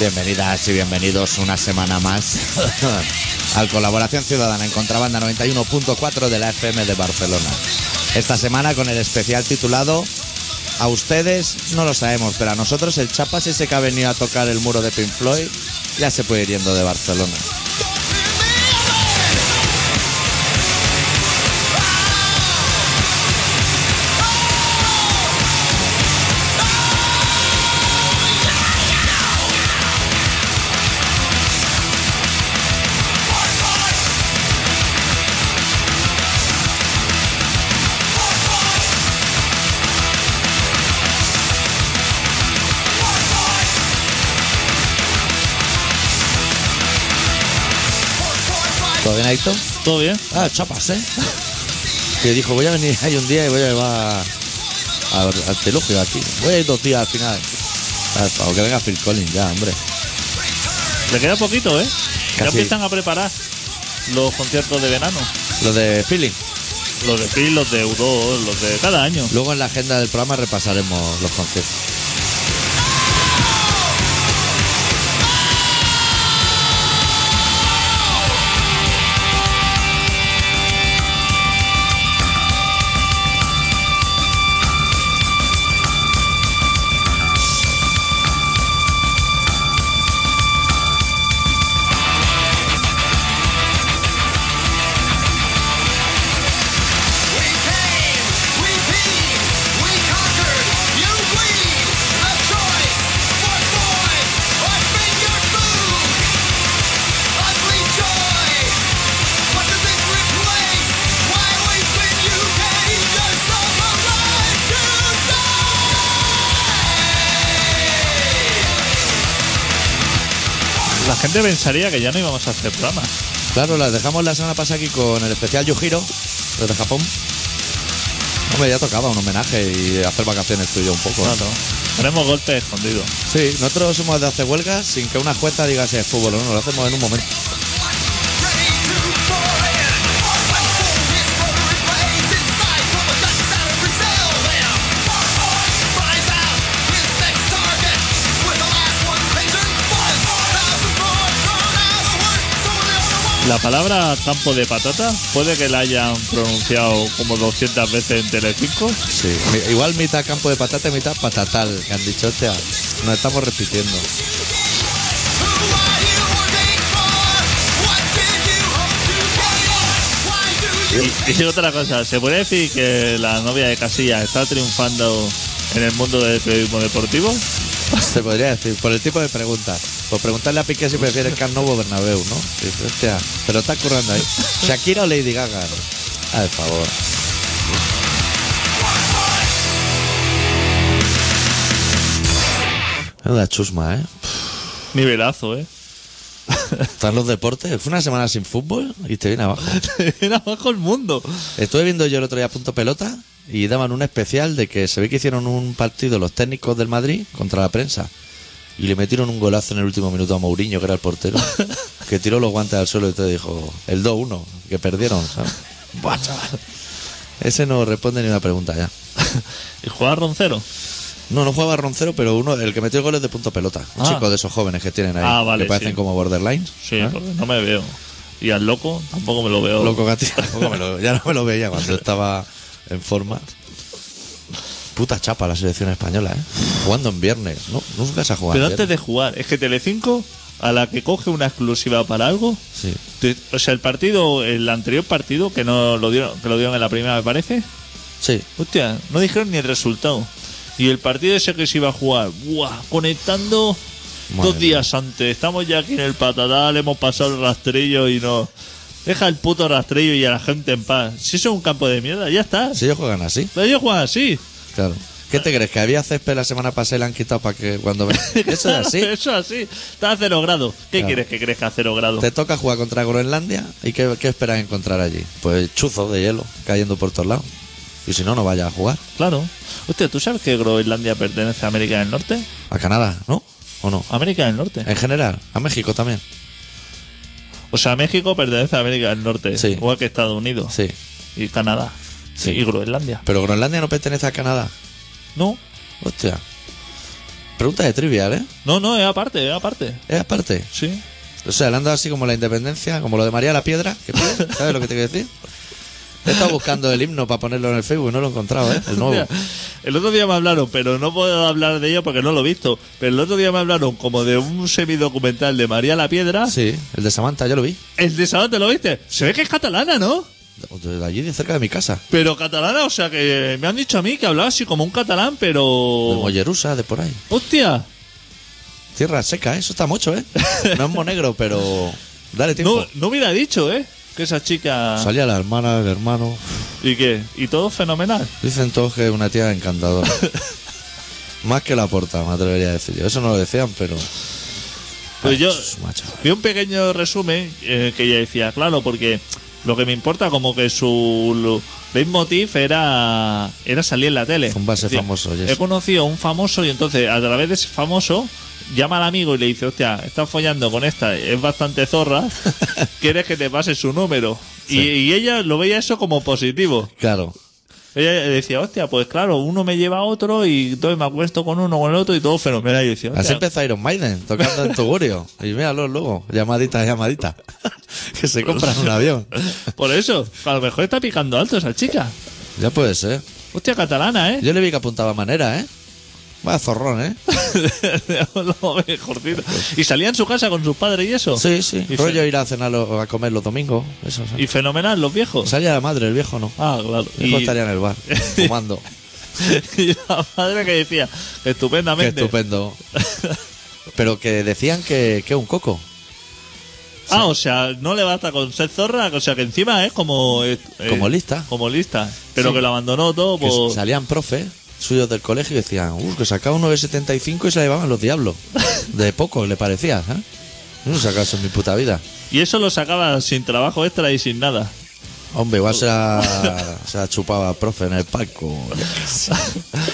Bienvenidas y bienvenidos una semana más al Colaboración Ciudadana en Contrabanda 91.4 de la FM de Barcelona. Esta semana con el especial titulado A ustedes no lo sabemos, pero a nosotros el Chapas ese que ha venido a tocar el muro de Pink Floyd ya se puede ir yendo de Barcelona. ¿Todo bien, Aito? ¿Todo bien? Ah, Chapas, ¿eh? Que dijo, voy a venir ahí un día y voy a llevar a- al telugio aquí. Voy a ir dos días al final. Por favor, que venga Phil Collins ya, hombre. Le queda poquito, ¿eh? Ya Casi. empiezan a preparar los conciertos de verano. Lo de Philly. Los de Phil, los de U2, los de cada año. Luego en la agenda del programa repasaremos los conciertos. We came, we beat, we conquered, you bleed, a choice, what boy, unfit your food, ugly joy. What does it replace? Why always when you can eat yourself alive to La gente pensaría que ya no íbamos a hacer programas. Claro, las dejamos la semana pasada aquí con el especial Yujiro, desde Japón. Hombre, ya tocaba un homenaje y hacer vacaciones tú y yo un poco. Claro. Tenemos golpes escondidos. Sí, nosotros somos de hacer huelgas sin que una jueza diga si es fútbol o no, lo hacemos en un momento. Ready to pour in, our wistful whisper plays inside from a Dutch sound of Brazil. Our voice cries out his next target with the last one patient was thousands more thrown out of work, so they're La palabra campo de patata puede que la hayan pronunciado como 200 veces en Telecinco. Sí. Mi- Igual mitad campo de patata y mitad patatal, que han dicho, hostia, nos estamos repitiendo. Who are you working for? What did you hope to gain? Why do you Y, y otra cosa, ¿se puede decir que la novia de Casillas está triunfando en el mundo del periodismo deportivo? Se podría decir, por el tipo de preguntas. Por preguntarle a Piqué si prefiere el Camp Nou o Bernabéu, ¿no? Y dice, hostia, pero está currando ahí. Shakira o Lady Gaga. Al favor. La chusma, ¿eh? Nivelazo, ¿eh? Están los deportes. Fue una semana sin fútbol y te viene abajo. Era bajo el mundo. Estuve viendo yo el otro día Punto Pelota y daban un especial de que se ve que hicieron un partido los técnicos del Madrid contra la prensa. Y le metieron un golazo en el último minuto a Mourinho, que era el portero, que tiró los guantes al suelo y te dijo, el 2-1, que perdieron. ¿sabes? Buah, chaval. Ese no responde ni una pregunta ya. ¿Y juega Roncero? No, no jugaba Roncero, pero uno, el que metió goles de punto pelota. Un Ah. chico de esos jóvenes que tienen ahí, Ah, vale, que parecen sí. como borderline. Sí, porque no me veo. Y al loco tampoco me lo veo. Ah. Loco Gatillo. Tampoco me lo- ya no me lo veía cuando estaba en forma. Puta chapa la selección española, ¿eh? Jugando en viernes, ¿no? Nunca se ha jugado Pero en antes de jugar, es que Telecinco, a la que coge una exclusiva para algo, viernes. Sí. te- o sea, el partido, el anterior partido, que no lo dieron, que lo dieron en la primera, me parece, Sí. hostia, no dijeron ni el resultado. Y el partido ese que se iba a jugar, ¡buah! Conectando Madre dos días antes. Estamos ya aquí en el patadal, hemos pasado el rastrillo y no. Deja el puto rastrillo y a la gente en paz. Si eso es un campo de mierda, ya está. Si ellos juegan así, Pero ellos juegan así. claro. ¿Qué te crees? ¿Que había césped la semana pasada y la han quitado para que cuando ven- Eso es así. Eso es así. Está a cero grados. ¿Qué Claro. quieres que crezca a cero grados? Te toca jugar contra Groenlandia y ¿qué, qué esperas encontrar allí? Pues chuzos de hielo cayendo por todos lados. Y si no, no vayas a jugar. Claro. Hostia, ¿tú sabes que Groenlandia pertenece a América del Norte? A Canadá, ¿no? ¿O no? América del Norte. En general, a México también. O sea, México pertenece a América del Norte. Sí. Igual que Estados Unidos. Sí. Y Canadá. Sí. Y Groenlandia. Pero Groenlandia no pertenece a Canadá. No. Hostia. Pregunta de trivial, ¿eh? No, no, es aparte, es aparte. Es aparte. Sí. O sea, le han dado así como la independencia, como lo de María la Piedra, que pide, ¿sabes lo que te quiero decir? He estado buscando el himno para ponerlo en el Facebook y no lo he encontrado, ¿eh? El nuevo. Mira, el otro día me hablaron, pero no puedo hablar de ello porque no lo he visto. Pero el otro día me hablaron como de un semidocumental de María la Piedra. Sí, el de Samantha, yo lo vi. El de Sabate lo viste. Se ve que es catalana, ¿no? De allí, de cerca de mi casa. Pero catalana, o sea que me han dicho a mí que hablaba así como un catalán, De pero. Mollerusa, de por ahí. ¡Hostia! Tierra seca, ¿eh? eso está mucho, ¿eh? No es monegro, pero. Dale tiempo. Ah. No, no hubiera dicho, ¿eh? Que esa chica. Salía la hermana, el hermano. ¿Y qué? Y todo fenomenal. Dicen todos que es una tía encantadora. Más que la porta, me atrevería a decir yo. Eso no lo decían, pero. Pues yo- macho. Vi un pequeño resumen eh, que ella decía, claro, porque lo que me importa como que su lo- leitmotiv era, era salir en la tele. Zumbarse Decía, famoso, yes. He conocido a un famoso y entonces a través de ese famoso llama al amigo y le dice, hostia, estás follando con esta, es bastante zorra, ¿quieres que te pase su número? Y, y ella lo veía eso como positivo. Claro. Ella decía, hostia, pues claro, uno me lleva a otro y entonces me acuesto con uno o con el otro y todo fenomenal. Y decía, Así "Hostia, empezó Iron Maiden, tocando en Tugurio. Y míralo luego, llamadita, llamadita. que se compran un avión. por eso, a lo mejor está picando alto esa chica. Ya puede ser. Hostia, catalana, ¿eh? Yo le vi que apuntaba manera, ¿eh? Va zorrón, ¿eh? Lo mejorcito. Y salía en su casa con sus padres y eso. Sí, sí. Y, fe- Rollo ir a cenar lo- a comer los domingos. Eso, sí. y fenomenal, los viejos. Salía la madre, el viejo no. Ah, claro. El viejo Y, estaría en el bar, fumando. y la madre que decía, Qué estupendamente. estupendo. Pero que decían que que un coco. Ah, o sea, no le basta con ser zorra, o sea, que encima es como... eh, Como eh, lista. Como lista. Pero Sí. que lo abandonó todo Que por... salían profes suyos del colegio y decían, uh, que sacaba uno de 75 y se la llevaban los diablos. De poco, le parecía, ¿eh? No sacas en mi puta vida. Y eso lo sacaba sin trabajo extra y sin nada. Hombre, igual se la, se la chupaba profe en el palco. yo qué sé.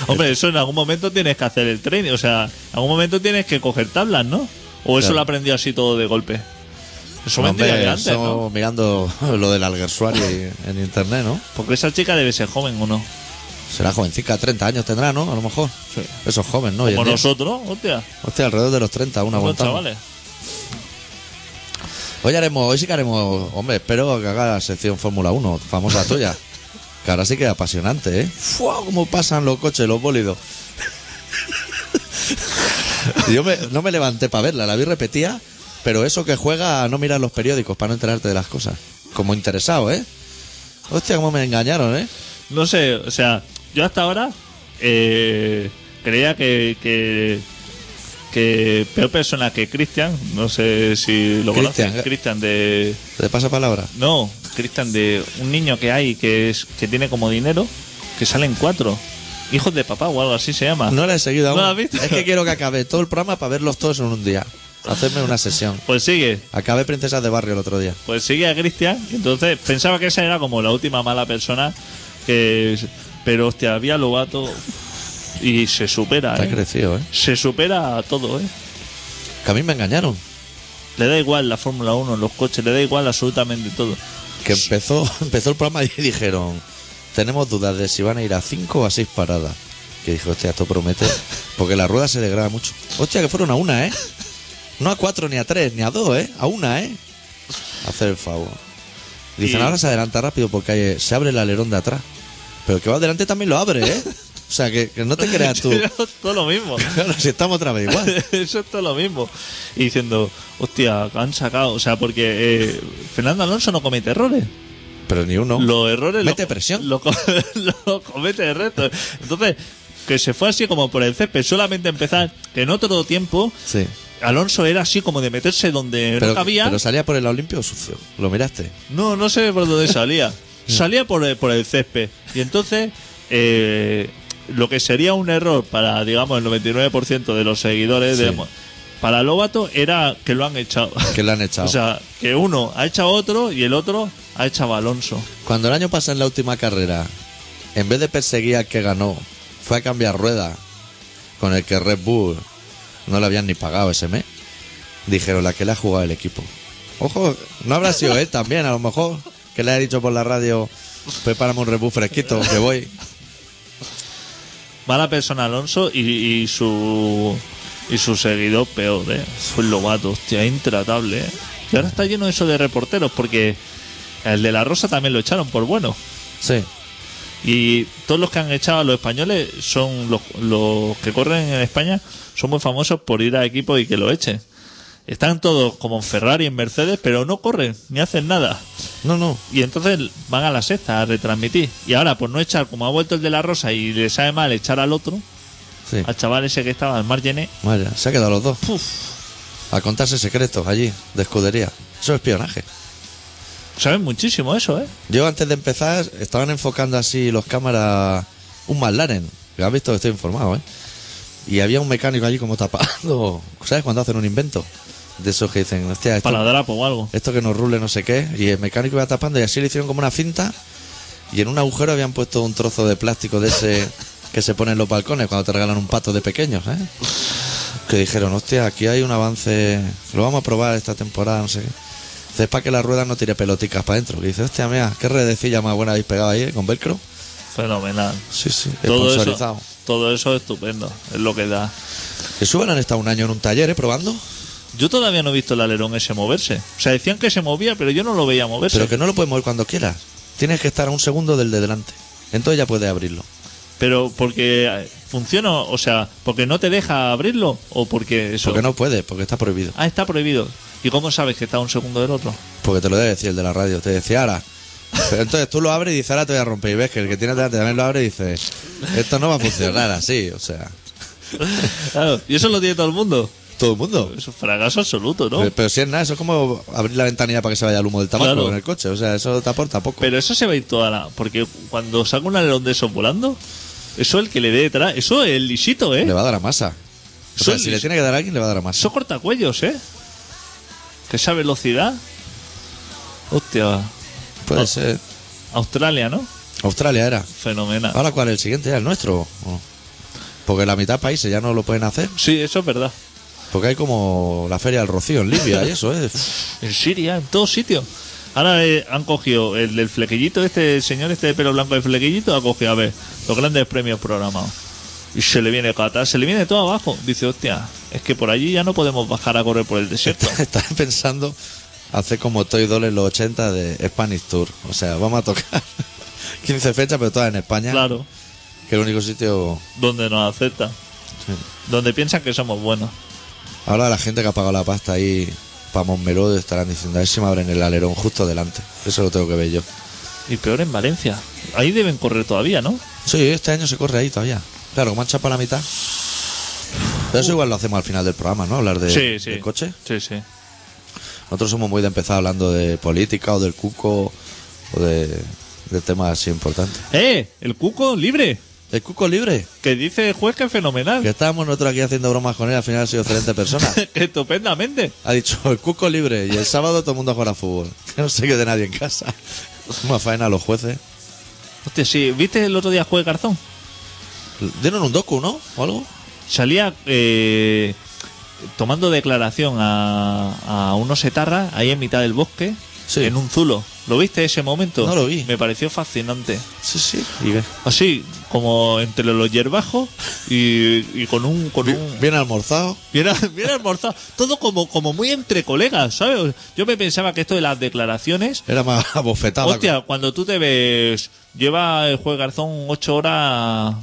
Hombre, eso en algún momento tienes que hacer el training. O sea, en algún momento tienes que coger tablas, ¿no? O eso Claro. lo aprendió así todo de golpe. Eso me Hombre, vendría de antes, estamos ¿no? mirando lo del alguersuari en internet, ¿no? Porque esa chica debe ser joven o no. Será jovencica, 30 años tendrá, ¿no? A lo mejor. Sí. Eso es joven, ¿no? Hoy en Como día. nosotros, hostia. Hostia, alrededor de los 30, una Los aguantando. chavales. Hoy haremos, hoy sí que haremos, hombre, espero que haga la sección Fórmula 1, famosa tuya. Que ahora sí que es apasionante, ¿eh? ¡Fua! ¿Cómo pasan los coches, los bólidos? Yo me- no me levanté para verla, la vi repetida, pero eso que juega a no mirar los periódicos para no enterarte de las cosas. Como interesado, ¿eh? Hostia, cómo me engañaron, ¿eh? No sé, o sea, yo hasta ahora eh, creía que, que, que peor persona que Cristian, no sé si lo Cristian, conoces, eh. Cristian de... ¿Te pasa palabra? No, Cristian, de un niño que hay que es que tiene como dinero, que salen cuatro. Hijos de papá o algo así se llama. No la he seguido aún. ¿No la has visto? Es que quiero que acabe todo el programa para verlos todos en un día. Hacerme una sesión. Pues sigue, Acabé Princesas de Barrio el otro día. pues sigue a Cristian. y Entonces pensaba que esa era como la última mala persona. que es- Pero hostia, había lobato y se supera. Te ha ¿eh? crecido, ¿eh? Se supera a todo, ¿eh? Que a mí me engañaron. Le da igual la Fórmula 1, los coches, le da igual absolutamente todo. Que empezó, empezó el programa y dijeron: Tenemos dudas de si van a ir a 5 o a 6 paradas. Que dije: Hostia, esto promete. Porque la rueda se degrada mucho. Hostia, que fueron a una, ¿eh? No a cuatro, ni a tres, ni a dos, ¿eh? A una, ¿eh? Hacer el favor. Dicen: Y- Ahora se adelanta rápido porque hay- se abre el alerón de atrás. Pero el que va adelante también lo abre, ¿eh? O sea, que, que no te creas tú. Es todo lo mismo. Claro, si estamos otra vez igual. Eso es todo lo mismo. Y diciendo, hostia, que han sacado. O sea, porque eh, Fernando Alonso no comete errores. Pero ni uno. Los errores. Mete lo- presión. Lo, co- lo comete el resto. Entonces, que se fue así como por el césped. Solamente empezar, que en otro tiempo. Sí. Alonso era así como de meterse donde Pero, no cabía. pero salía por el Olimpio sucio. Lo miraste. No, no sé por dónde salía. salía por el, por el césped. Y entonces, eh, lo que sería un error para, digamos, el 99% de los seguidores de Sí. para Lobato era que lo han echado. Que lo han echado. o sea, que uno ha echado a otro y el otro ha echado a Alonso. Cuando el año pasado en la última carrera, en vez de perseguir al que ganó, fue a cambiar rueda con el que Red Bull no le habían ni pagado ese mes, dijeron la que le ha jugado el equipo. Ojo, no habrá sido él también, a lo mejor, que le ha dicho por la radio, prepárame un Red Bull fresquito, que voy. Mala persona Alonso y, y su y su seguidor peor, eh. Fue el lobato, hostia, intratable, eh. Y ahora está lleno eso de reporteros porque el de la Rosa también lo echaron por bueno. Sí. Y todos los que han echado a los españoles son los, los que corren en España, son muy famosos por ir a equipos y que lo echen. Están todos como en Ferrari, en Mercedes, pero no corren ni hacen nada. No, no. Y entonces van a la sexta a retransmitir. Y ahora, por no echar, como ha vuelto el de la Rosa y le sabe mal echar al otro, Sí. al chaval ese que estaba al margen, Vaya, se ha quedado los dos. puff, A contarse secretos allí, de escudería. Eso es espionaje. saben muchísimo eso, ¿eh? Yo antes de empezar, estaban enfocando así los cámaras un McLaren. Que has visto que estoy informado, ¿eh? Y había un mecánico allí como tapando. ¿Sabes cuando hacen un invento? De esos que dicen, hostia, esto, Paladrapo o algo. esto que nos rule no sé qué. Y el mecánico iba tapando y así le hicieron como una cinta. Y en un agujero habían puesto un trozo de plástico de ese que se pone en los balcones cuando te regalan un pato de pequeños, ¿eh? Que dijeron, hostia, aquí hay un avance, lo vamos a probar esta temporada, no sé qué. Dice, para que la rueda no tire peloticas para adentro. Y dice, hostia, mía, qué redecilla más buena habéis pegado ahí, ¿eh? Con velcro. Fenomenal. Sí, sí, Todo sponsorizado. eso, todo eso es estupendo, es lo que da. Que suban han estado un año en un taller, ¿eh? Probando. Yo todavía no he visto el alerón ese moverse. O sea, decían que se movía, pero yo no lo veía moverse. Pero que no lo puedes mover cuando quieras. Tienes que estar a un segundo del de delante. Entonces ya puedes abrirlo. Pero porque eh, funciona, o sea, porque no te deja abrirlo o porque eso. Porque no puedes, porque está prohibido. Ah, está prohibido. ¿Y cómo sabes que está a un segundo del otro? Porque te lo debe decir el de la radio. Te decía ahora. Pero entonces tú lo abres y dices, ahora te voy a romper. Y ves que el que tiene delante también lo abre y dice, esto no va a funcionar así. O sea, Claro, y eso lo tiene todo el mundo. todo el mundo. Es un fracaso absoluto, ¿no? Pero, pero si es nada, eso es como abrir la ventanilla para que se vaya el humo del tabaco Claro. en el coche. O sea, eso te aporta poco. Pero eso se va a ir toda la. Porque cuando saca un alerón de esos volando, eso el que le dé detrás, eso es lisito, ¿eh? Le va a dar a masa. O sea, Son- si le tiene que dar a alguien, le va a dar a masa. Eso cortacuellos, ¿eh? Que esa velocidad. Hostia, Puede No. ser. Australia, ¿no? Australia era. Fenomenal. Ahora, ¿cuál es el siguiente? ¿Ya ¿El nuestro? ¿O no? Porque la mitad de países ya no lo pueden hacer. Sí, eso es verdad. Porque hay como la Feria del Rocío en Libia y eso, ¿eh? En Siria, en todos sitios. Ahora eh, han cogido el del flequillito, este el señor, este de pelo blanco de flequillito, ha cogido, a ver, los grandes premios programados. Y se le viene Qatar, se le viene todo abajo. Dice, hostia, es que por allí ya no podemos bajar a correr por el desierto. Estaba pensando hacer como Toy Doll en los 80 de Spanish Tour. O sea, vamos a tocar 15 fechas, pero todas en España. claro, Que es el único sitio. donde nos aceptan. Donde piensan que somos buenos. Ahora la gente que ha pagado la pasta ahí para Montmeló estarán diciendo, a ver si me abren el alerón justo delante. Eso lo tengo que ver yo. Y peor en Valencia. Ahí deben correr todavía, ¿no? Sí, este año se corre ahí todavía. Claro, como han chapado la mitad. Pero eso igual lo hacemos al final del programa, ¿no? Hablar de, sí, sí. de coche. Sí, sí. Nosotros somos muy de empezar hablando de política o del cuco o de, de temas así importantes. ¡Eh! El cuco libre. ¿El cuco libre? Que dice el juez que es Que fenomenal. estábamos nosotros aquí haciendo bromas con él, al final ha sido excelente persona. que estupendamente. Ha dicho, el cuco libre y el sábado todo el mundo a jugar a fútbol. Que no se quede nadie en casa. Una faena a los jueces. Hostia, sí. ¿Viste el otro día juez Garzón? Dieron un docu, ¿no? ¿O algo? salía eh, tomando declaración a, a unos etarras ahí en mitad del bosque, Sí. en un zulo. ¿Lo viste ese momento? No lo vi. Me pareció fascinante. Sí, sí. ¿Y qué? Así, como entre los yerbajos y, y con un... Con un Bien almorzado. bien, bien almorzado. Todo como, como muy entre colegas, ¿sabes? Yo me pensaba que esto de las declaraciones... Era más abofetada. Hostia, cuando tú te ves... Lleva el juez Garzón ocho horas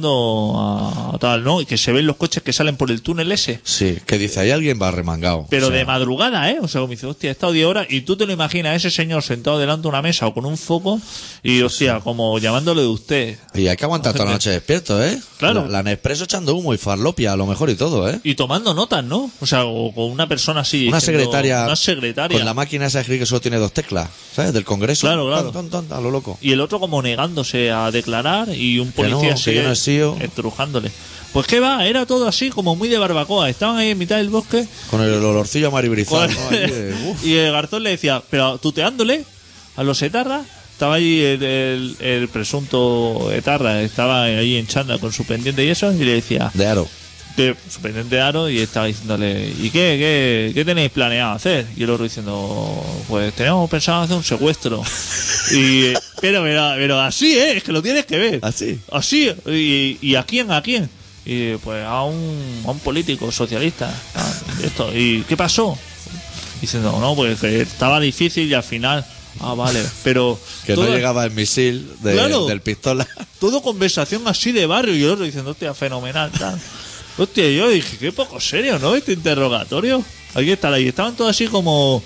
interrogando a tal, ¿no? Y que se ven los coches que salen por el túnel ese. Sí, que dice, ahí alguien va remangado. Pero O sea, de madrugada, ¿eh? O sea, como dice, hostia, he estado 10 horas y tú te lo imaginas ese señor sentado delante de una mesa o con un foco y, hostia, como llamándole de usted. Y hay que aguantar toda la noche despierto, ¿eh? Claro. La, la Nespresso echando humo y farlopia a lo mejor y todo, ¿eh? Y tomando notas, ¿no? O sea, o con una persona así. Una diciendo- secretaria, Una secretaria. Con la máquina esa de escribir que solo tiene dos teclas, ¿sabes? Del Congreso. Claro, claro. Ton, ton, ton, a lo loco. Y el otro como negándose a declarar y un Que no, policía que yo no he sido. estrujándole. Pues qué va, era todo así como muy de barbacoa. Estaban ahí en mitad del bosque Con el olorcillo amaribrizado. Con- ¿no? Ahí de- uh, uf. y el garzón le decía, pero tuteándole a los etarras, estaba allí el, el- el presunto etarra, estaba ahí en chanda con su pendiente y eso, y le decía, De aro. de superintendente Aro y estaba diciéndole, ¿y qué, qué, qué tenéis planeado hacer? Y el otro diciendo, pues tenemos pensado hacer un secuestro. y, eh, pero, pero, pero así, ¿eh? Es que lo tienes que ver. ¿Así? Así. ¿Y, y a quién? ¿A quién? Y pues a un, a un político socialista. Ah, Esto. ¿Y qué pasó? Diciendo, no, pues que estaba difícil y al final... Ah, vale. Pero... Que no toda- llegaba el misil de- Claro. del pistola. todo conversación así de barrio y el otro diciendo, hostia, fenomenal, tal. Hostia, yo dije, qué poco serio, ¿no? Este interrogatorio. Aquí está, y estaban todos así como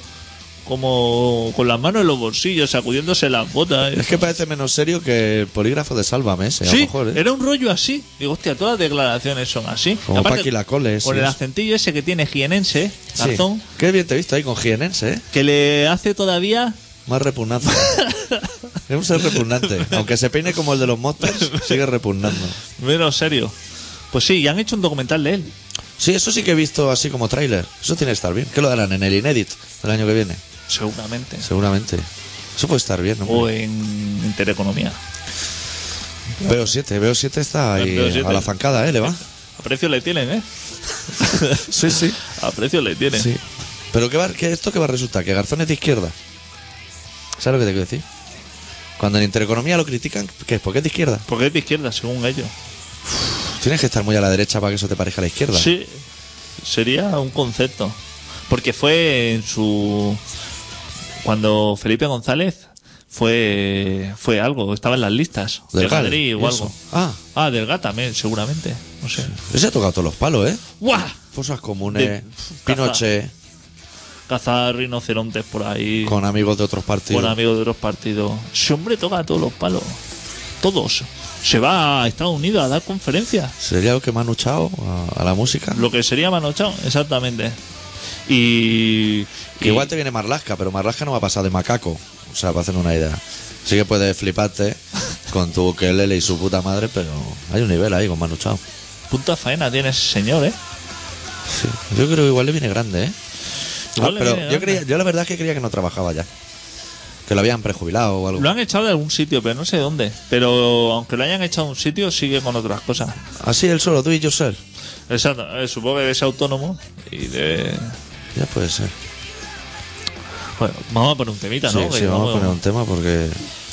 como con las manos en los bolsillos, sacudiéndose las botas. Es que parece menos serio que el polígrafo de Sálvame ese, a lo sí, mejor. ¿eh? era un rollo así. Digo, hostia, todas las declaraciones son así. Como Aparte, Paqui la Cole, Con sí, el es. acentillo ese que tiene jienense, Sí. Garzón, Qué bien te he visto ahí con Gienense, ¿eh? que le hace todavía... Más repugnante. es un ser repugnante. Aunque se peine como el de los monsters, sigue repugnando. Menos serio. Pues sí, y han hecho un documental de él. Sí, eso sí que he visto así como tráiler. Eso tiene que estar bien. ¿Qué lo darán en el Inédit del año que viene? Seguramente. Seguramente. Eso puede estar bien, ¿no? O en Intereconomía. Veo 7, veo 7 está ahí Veo siete. a la zancada, ¿eh? Le va. A precio le tienen, ¿eh? Sí, sí. A precio le tienen. Sí. Pero qué va, qué- esto que va a resultar, que Garzón es de izquierda. ¿Sabes lo que te quiero decir? Cuando en Intereconomía lo critican, ¿qué es? Porque es de izquierda. Porque es de izquierda, según ellos. Tienes que estar muy a la derecha para que eso te parezca a la izquierda. Sí, sería un concepto. Porque fue en su. Cuando Felipe González fue fue algo, estaba en las listas Del de GAL, Madrid y eso. o algo. Ah. Ah, del GAT también, seguramente. No sé. Ese ha tocado todos los palos, ¿eh? ¡Buah! Fosas comunes, De- Pinochet, Cazar rinocerontes por ahí, con, con amigos de otros partidos. amigos de otros partidos. Ese hombre toca todos los palos. Todos. Se va a Estados Unidos a dar conferencias. Sería lo que me han luchado a, a la música. Lo que sería Mano Chao, exactamente. Y. Que igual te viene Marlasca, pero Marlasca no va a pasar de macaco. O sea, para hacer una idea. Sí que puedes fliparte con tu ukelele y su puta madre, pero hay un nivel ahí con Manu Chao. Punta faena tiene ese señor, ¿eh? Sí. Yo creo que igual le viene grande, ¿eh? Ah, Igual le pero viene yo, grande. creía, yo la verdad es que creía que no trabajaba ya. Que lo habían prejubilado o algo. Lo han echado de algún sitio, pero no sé dónde. Pero aunque lo hayan echado de un sitio, sigue con otras cosas. Así él Ah, solo, tú y yo ser. Exacto. eh, Supongo que es autónomo y de... Ya puede ser. Bueno, vamos a poner un temita, Sí, ¿no? sí, Que vamos a no- poner un tema porque.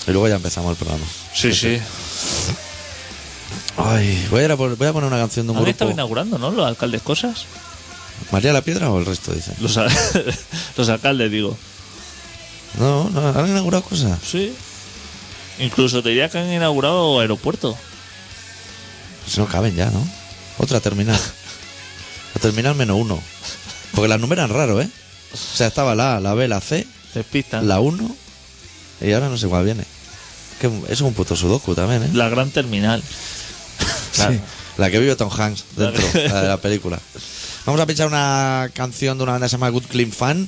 Y luego ya empezamos el programa. Sí, sí. Ay, voy a, ir a por- voy a poner una canción de un Han estado grupo. inaugurando, ¿no? Los alcaldes cosas. ¿María la Piedra o el resto dice? Los, a- los alcaldes, digo. No, no, han inaugurado cosas. Sí. Incluso te diría que han inaugurado aeropuerto. Si no caben ya, ¿no? Otra terminal. La terminal menos uno. Porque las numeran raro, ¿eh? O sea, estaba la A, la B, la C, Despistan. la 1 y ahora no sé cuál viene. Que eso es un puto sudoku también, ¿eh? la gran terminal. claro. Sí. La que vive Tom Hanks dentro la de la película. Vamos a pinchar una canción de una banda que se llama Good Clean Fan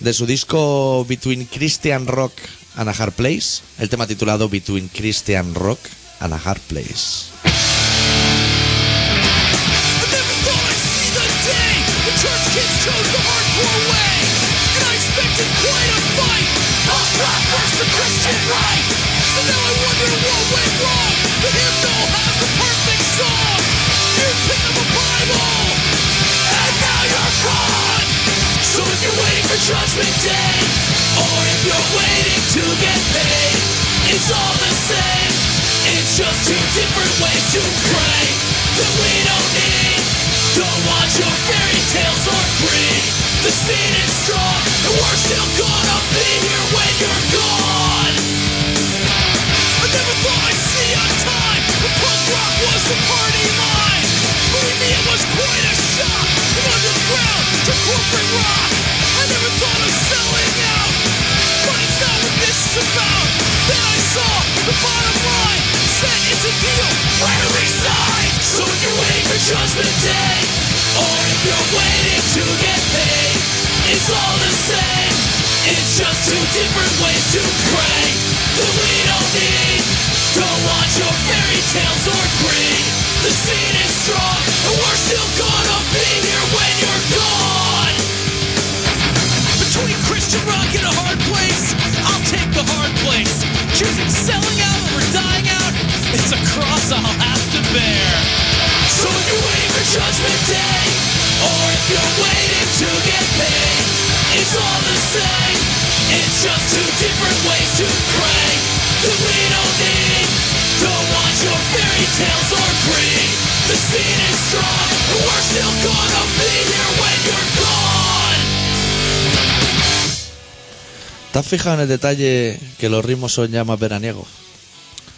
de su disco Between Christian Rock and a Hard Place. El tema titulado Between Christian Rock and a Hard Place. I never thought I'd see the day the church kids chose the hardcore way. And I expected quite a fight. Punk rock versus the Christian right. So now I wonder what went wrong. The hymnal has the perfect song. You pick up a Bible, and now you're gone. So if you're waiting for Judgment Day, or if you're waiting to get paid, it's all the same. It's just two different ways to pray that we don't need. Don't watch your fairy tales or greed. The scene is strong, and we're still gonna be here when you're gone. I never thought I'd see a time when punk rock was the party line. Believe me, it was quite a shock from underground to corporate rock. I never thought of selling out, but it's not what this is about. Then I saw the bottom line set it's a deal. Try to resign. So if you're waiting for Judgment Day, or if you're waiting to get paid, it's all the same. It's just two different ways to pray that we don't need. Don't watch your fairy tales or greed. The scene is strong, and we're still gonna be here when you're gone. Between Christian rock and a hard place, I'll take the hard place. Choosing selling out over dying out, it's a cross I'll have to bear. So if you're waiting for Judgment Day, or if you're waiting to get paid, it's all the same. It's just two different ways to pray that we don't need. Don't want your fairy tales or greed. The scene is strong, and we're still gonna be here when you're gone. ¿Te has fijado en el detalle que los ritmos son ya más veraniegos?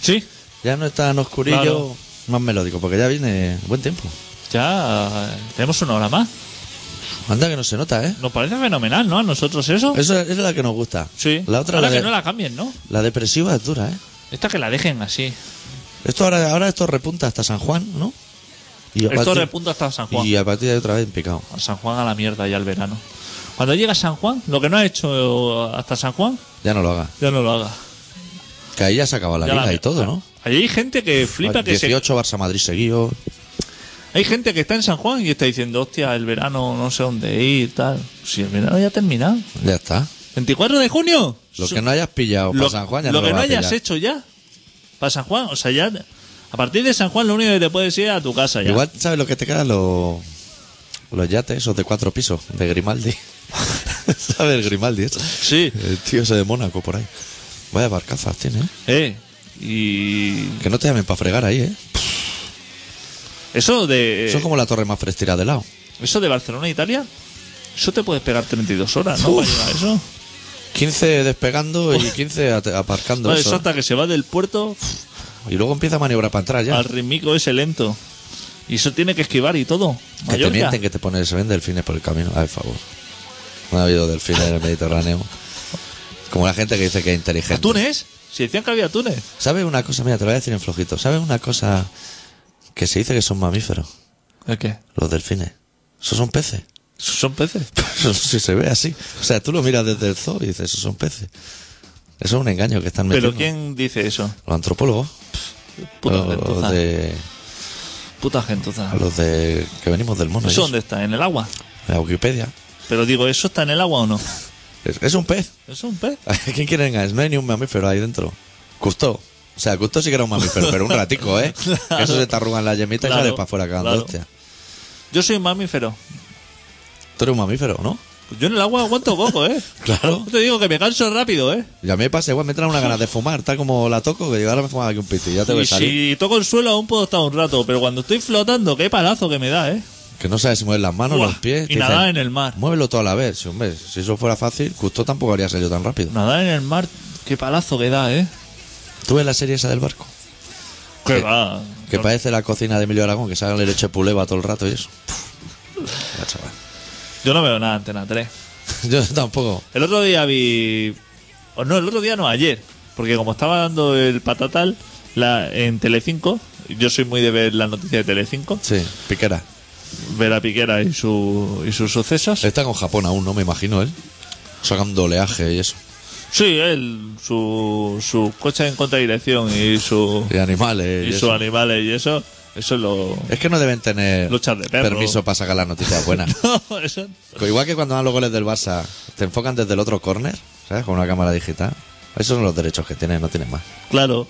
Sí, Ya no es tan oscurillo, Claro. más melódico, porque ya viene buen tiempo. ya eh, tenemos una hora más. Anda que no se nota, ¿eh? Nos parece fenomenal, ¿no? A nosotros eso. Eso es la que nos gusta. Sí. Eh, La otra, Ahora la, que de- no la cambien, ¿no? la depresiva es dura, ¿eh? Esta que la dejen así. Esto ahora, ahora esto repunta hasta San Juan, ¿no? Y a Esto partir- repunta hasta San Juan. Y a partir de ahí otra vez en picado. A San Juan a la mierda ya el verano. Cuando llega San Juan, lo que no ha hecho hasta San Juan, Ya no lo haga. ya no lo haga. Que ahí ya se acaba la Ya liga la- y todo, ¿no? Ahí hay gente que flipa que se 18 Barça Madrid seguidos. Hay gente que está en San Juan y está diciendo, hostia, el verano no sé dónde ir, tal. Si el verano ya ha terminado. Ya está. ¿24 de junio? Lo Su- que no hayas pillado lo- para Pues San Juan ya lo no que lo no vas a hayas pillar. hecho ya para San Juan. O sea, ya... A partir de San Juan lo único que te puedes ir es a tu casa ya. Igual, ¿sabes lo que te quedan? Los, los yates, esos de cuatro pisos, de Grimaldi. ¿Sabes el Grimaldi? eso? Sí. El tío ese de Mónaco por ahí. Vaya barcazas tiene, ¿eh? Eh, y... Que no te llamen para fregar ahí, ¿eh? Eso de... Eso es como la torre más frestirada de lado. Eso de Barcelona, Italia. Eso te puedes pegar 32 horas, ¿no? Uf. Para llegar a eso. 15 despegando y 15 at- aparcando. Vale, eso. eso hasta que se va del puerto Y luego empieza a maniobrar para entrar ya. al ritmico ese lento. Y eso tiene que esquivar y todo. Que te Mallorca. mienten que te ponen, se ven delfines por el camino. A ver, favor. No ha habido delfines en el Mediterráneo. Como la gente que dice que es inteligente. ¿Túnez? Si decían que había túnez. ¿Sabes una cosa? Mira, te lo voy a decir en flojito. ¿Sabes una cosa que se dice que son mamíferos? ¿El qué? Los delfines. Esos son peces. Son peces. Eso sí se ve así. O sea, tú lo miras desde el zoo y dices, esos son peces. Eso es un engaño que están metiendo. ¿Pero quién dice eso? Los antropólogos. Puta gentuza. los, de, Puta gentuza. los de que venimos del mundo. ¿Eso dónde está? ¿En el agua? La Wikipedia. Pero digo, ¿eso está en el agua o no? Es, es un pez. ¿Es un pez? ¿A quién quiere engañar? No hay ni un mamífero ahí dentro. Custó. O sea, Custó sí que era un mamífero, pero un ratico, ¿eh? Que Eso se te arrugan las yemitas Claro, y sale para afuera cagando claro. hostia. Yo soy un mamífero. Tú eres un mamífero, ¿no? Pues yo en el agua aguanto poco, ¿eh? Claro. Yo te digo que me canso rápido, ¿eh? Y a mí me pasa igual, me trae una ganas de fumar, tal como la toco, que yo ahora me fumaba aquí un pito y ya te voy a Y salir. si toco el suelo aún puedo estar un rato, pero cuando estoy flotando, qué palazo que me da, ¿eh? Que no sabes si mueves las manos, Buah, los pies. y te nadar dicen, en el mar. Muévelo todo a la vez. Si, hombre, si eso fuera fácil, Custó tampoco habría salido tan rápido. Nadar en el mar, qué palazo que da, ¿eh? ¿Tú ves la serie esa del barco? Qué Que- va. Que parece la cocina de Emilio Aragón, que sale el leche puleva todo el rato y eso. Puf, la chaval. Yo no veo nada Antena 3. Yo tampoco. El otro día vi. o no, el otro día no, ayer. Porque como estaba dando el patatal la, en Telecinco, yo soy muy de ver las noticias de Telecinco, Sí, piquera. ver a Piquera y, su, y sus sucesos. Está con Japón aún, ¿no? Me imagino él. Sacando oleaje y eso. Sí, él, su, su coche en contradirección y, su, Y animales. y y sus eso. animales y eso, eso lo... Es que no deben tener Luchas de perro. permiso para sacar las noticias buenas. Pues eso- Igual que cuando dan los goles del Barça, te enfocan desde el otro córner, ¿sabes? Con una cámara digital. Esos son los derechos que tienen, no tienen más. claro,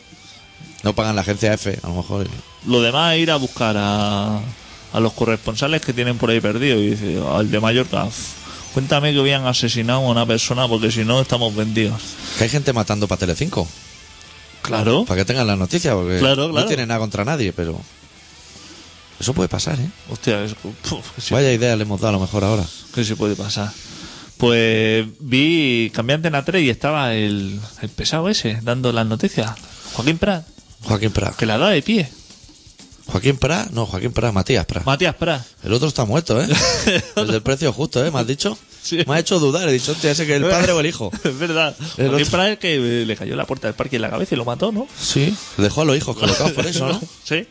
No pagan la agencia F, a lo mejor. y- lo demás es ir a buscar a, a los corresponsales que tienen por ahí perdido y dice, al de Mallorca, "Uf, cuéntame que habían asesinado a una persona porque si no estamos vendidos. Que hay gente matando para Telecinco. Claro, Para que tengan la noticia, porque Claro, no claro. tienen nada contra nadie, pero... Eso puede pasar, ¿eh? hostia, es- puf, que, sí, Vaya idea le hemos dado a lo mejor ahora. que sí puede pasar. Pues vi, cambié Antena 3 y estaba el, el pesado ese dando las noticias. Joaquín Prat, Joaquín Prat. que la da de pie. Joaquín Prat, no, Joaquín Prat, Matías Prat. Matías Prat. El otro está muerto, ¿eh? El del precio justo, ¿eh? ¿Me has dicho? Sí. Me ha hecho dudar. He dicho, hostia, ese que el padre o el hijo. Es verdad. El Joaquín otro. Prat es que eh, le cayó la puerta del parque en la cabeza y lo mató, ¿no? Ah, Sí. Dejó a los hijos colocados por eso, ¿no? sí.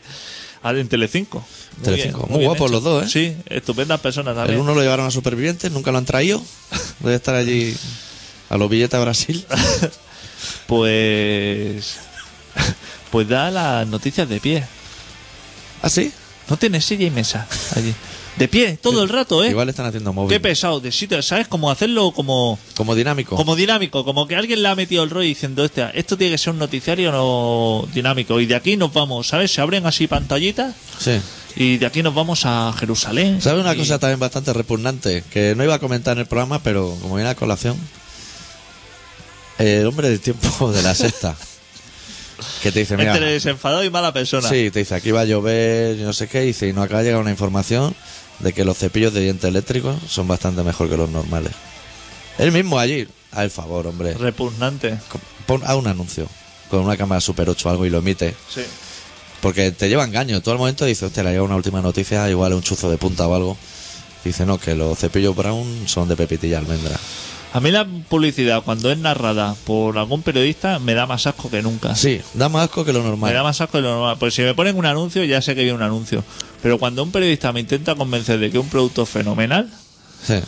Al- En Telecinco. Muy Telecinco. Muy bien guapos hecho. los dos, ¿eh? Sí, estupendas personas El también. uno lo llevaron a supervivientes, nunca lo han traído. Debe estar allí a los billetes a Brasil. Pues... Pues da las noticias de pie. ¿Ah, sí? No tiene silla y mesa allí. De pie, todo el rato, ¿eh? Igual están haciendo móvil. Qué pesado, de sitio, ¿sabes? Como hacerlo como, Como dinámico. como dinámico, como que alguien le ha metido el rollo diciendo, "Hostia, esto tiene que ser un noticiario no dinámico. Y de aquí nos vamos, ¿sabes? Se abren así pantallitas Sí. Y de aquí nos vamos a Jerusalén. ¿Sabes una Y- cosa también bastante repugnante? Que no iba a comentar en el programa, pero como viene a colación. El hombre del tiempo de la sexta. que te dice, mira. Entre desenfadado y mala persona. Sí, te dice, aquí va a llover y no sé qué. Y dice, y no acaba de llegar una información de que los cepillos de dientes eléctricos son bastante mejor que los normales. Él mismo allí. Al favor, hombre. Repugnante. Pon a un anuncio con una cámara Super 8 o algo y lo emite. Sí. Porque te lleva engaño. Tú al momento dices, hostia, le llega una última noticia, igual es un chuzo de punta o algo. Dice, no, que los cepillos Brown son de pepitilla almendra. A mí la publicidad, cuando es narrada por algún periodista, me da más asco que nunca. Sí, da más asco que lo Me da normal. más asco de lo normal. Porque si me ponen un anuncio, ya sé que viene un anuncio. Pero cuando un periodista me intenta convencer de que un producto es fenomenal, Sí.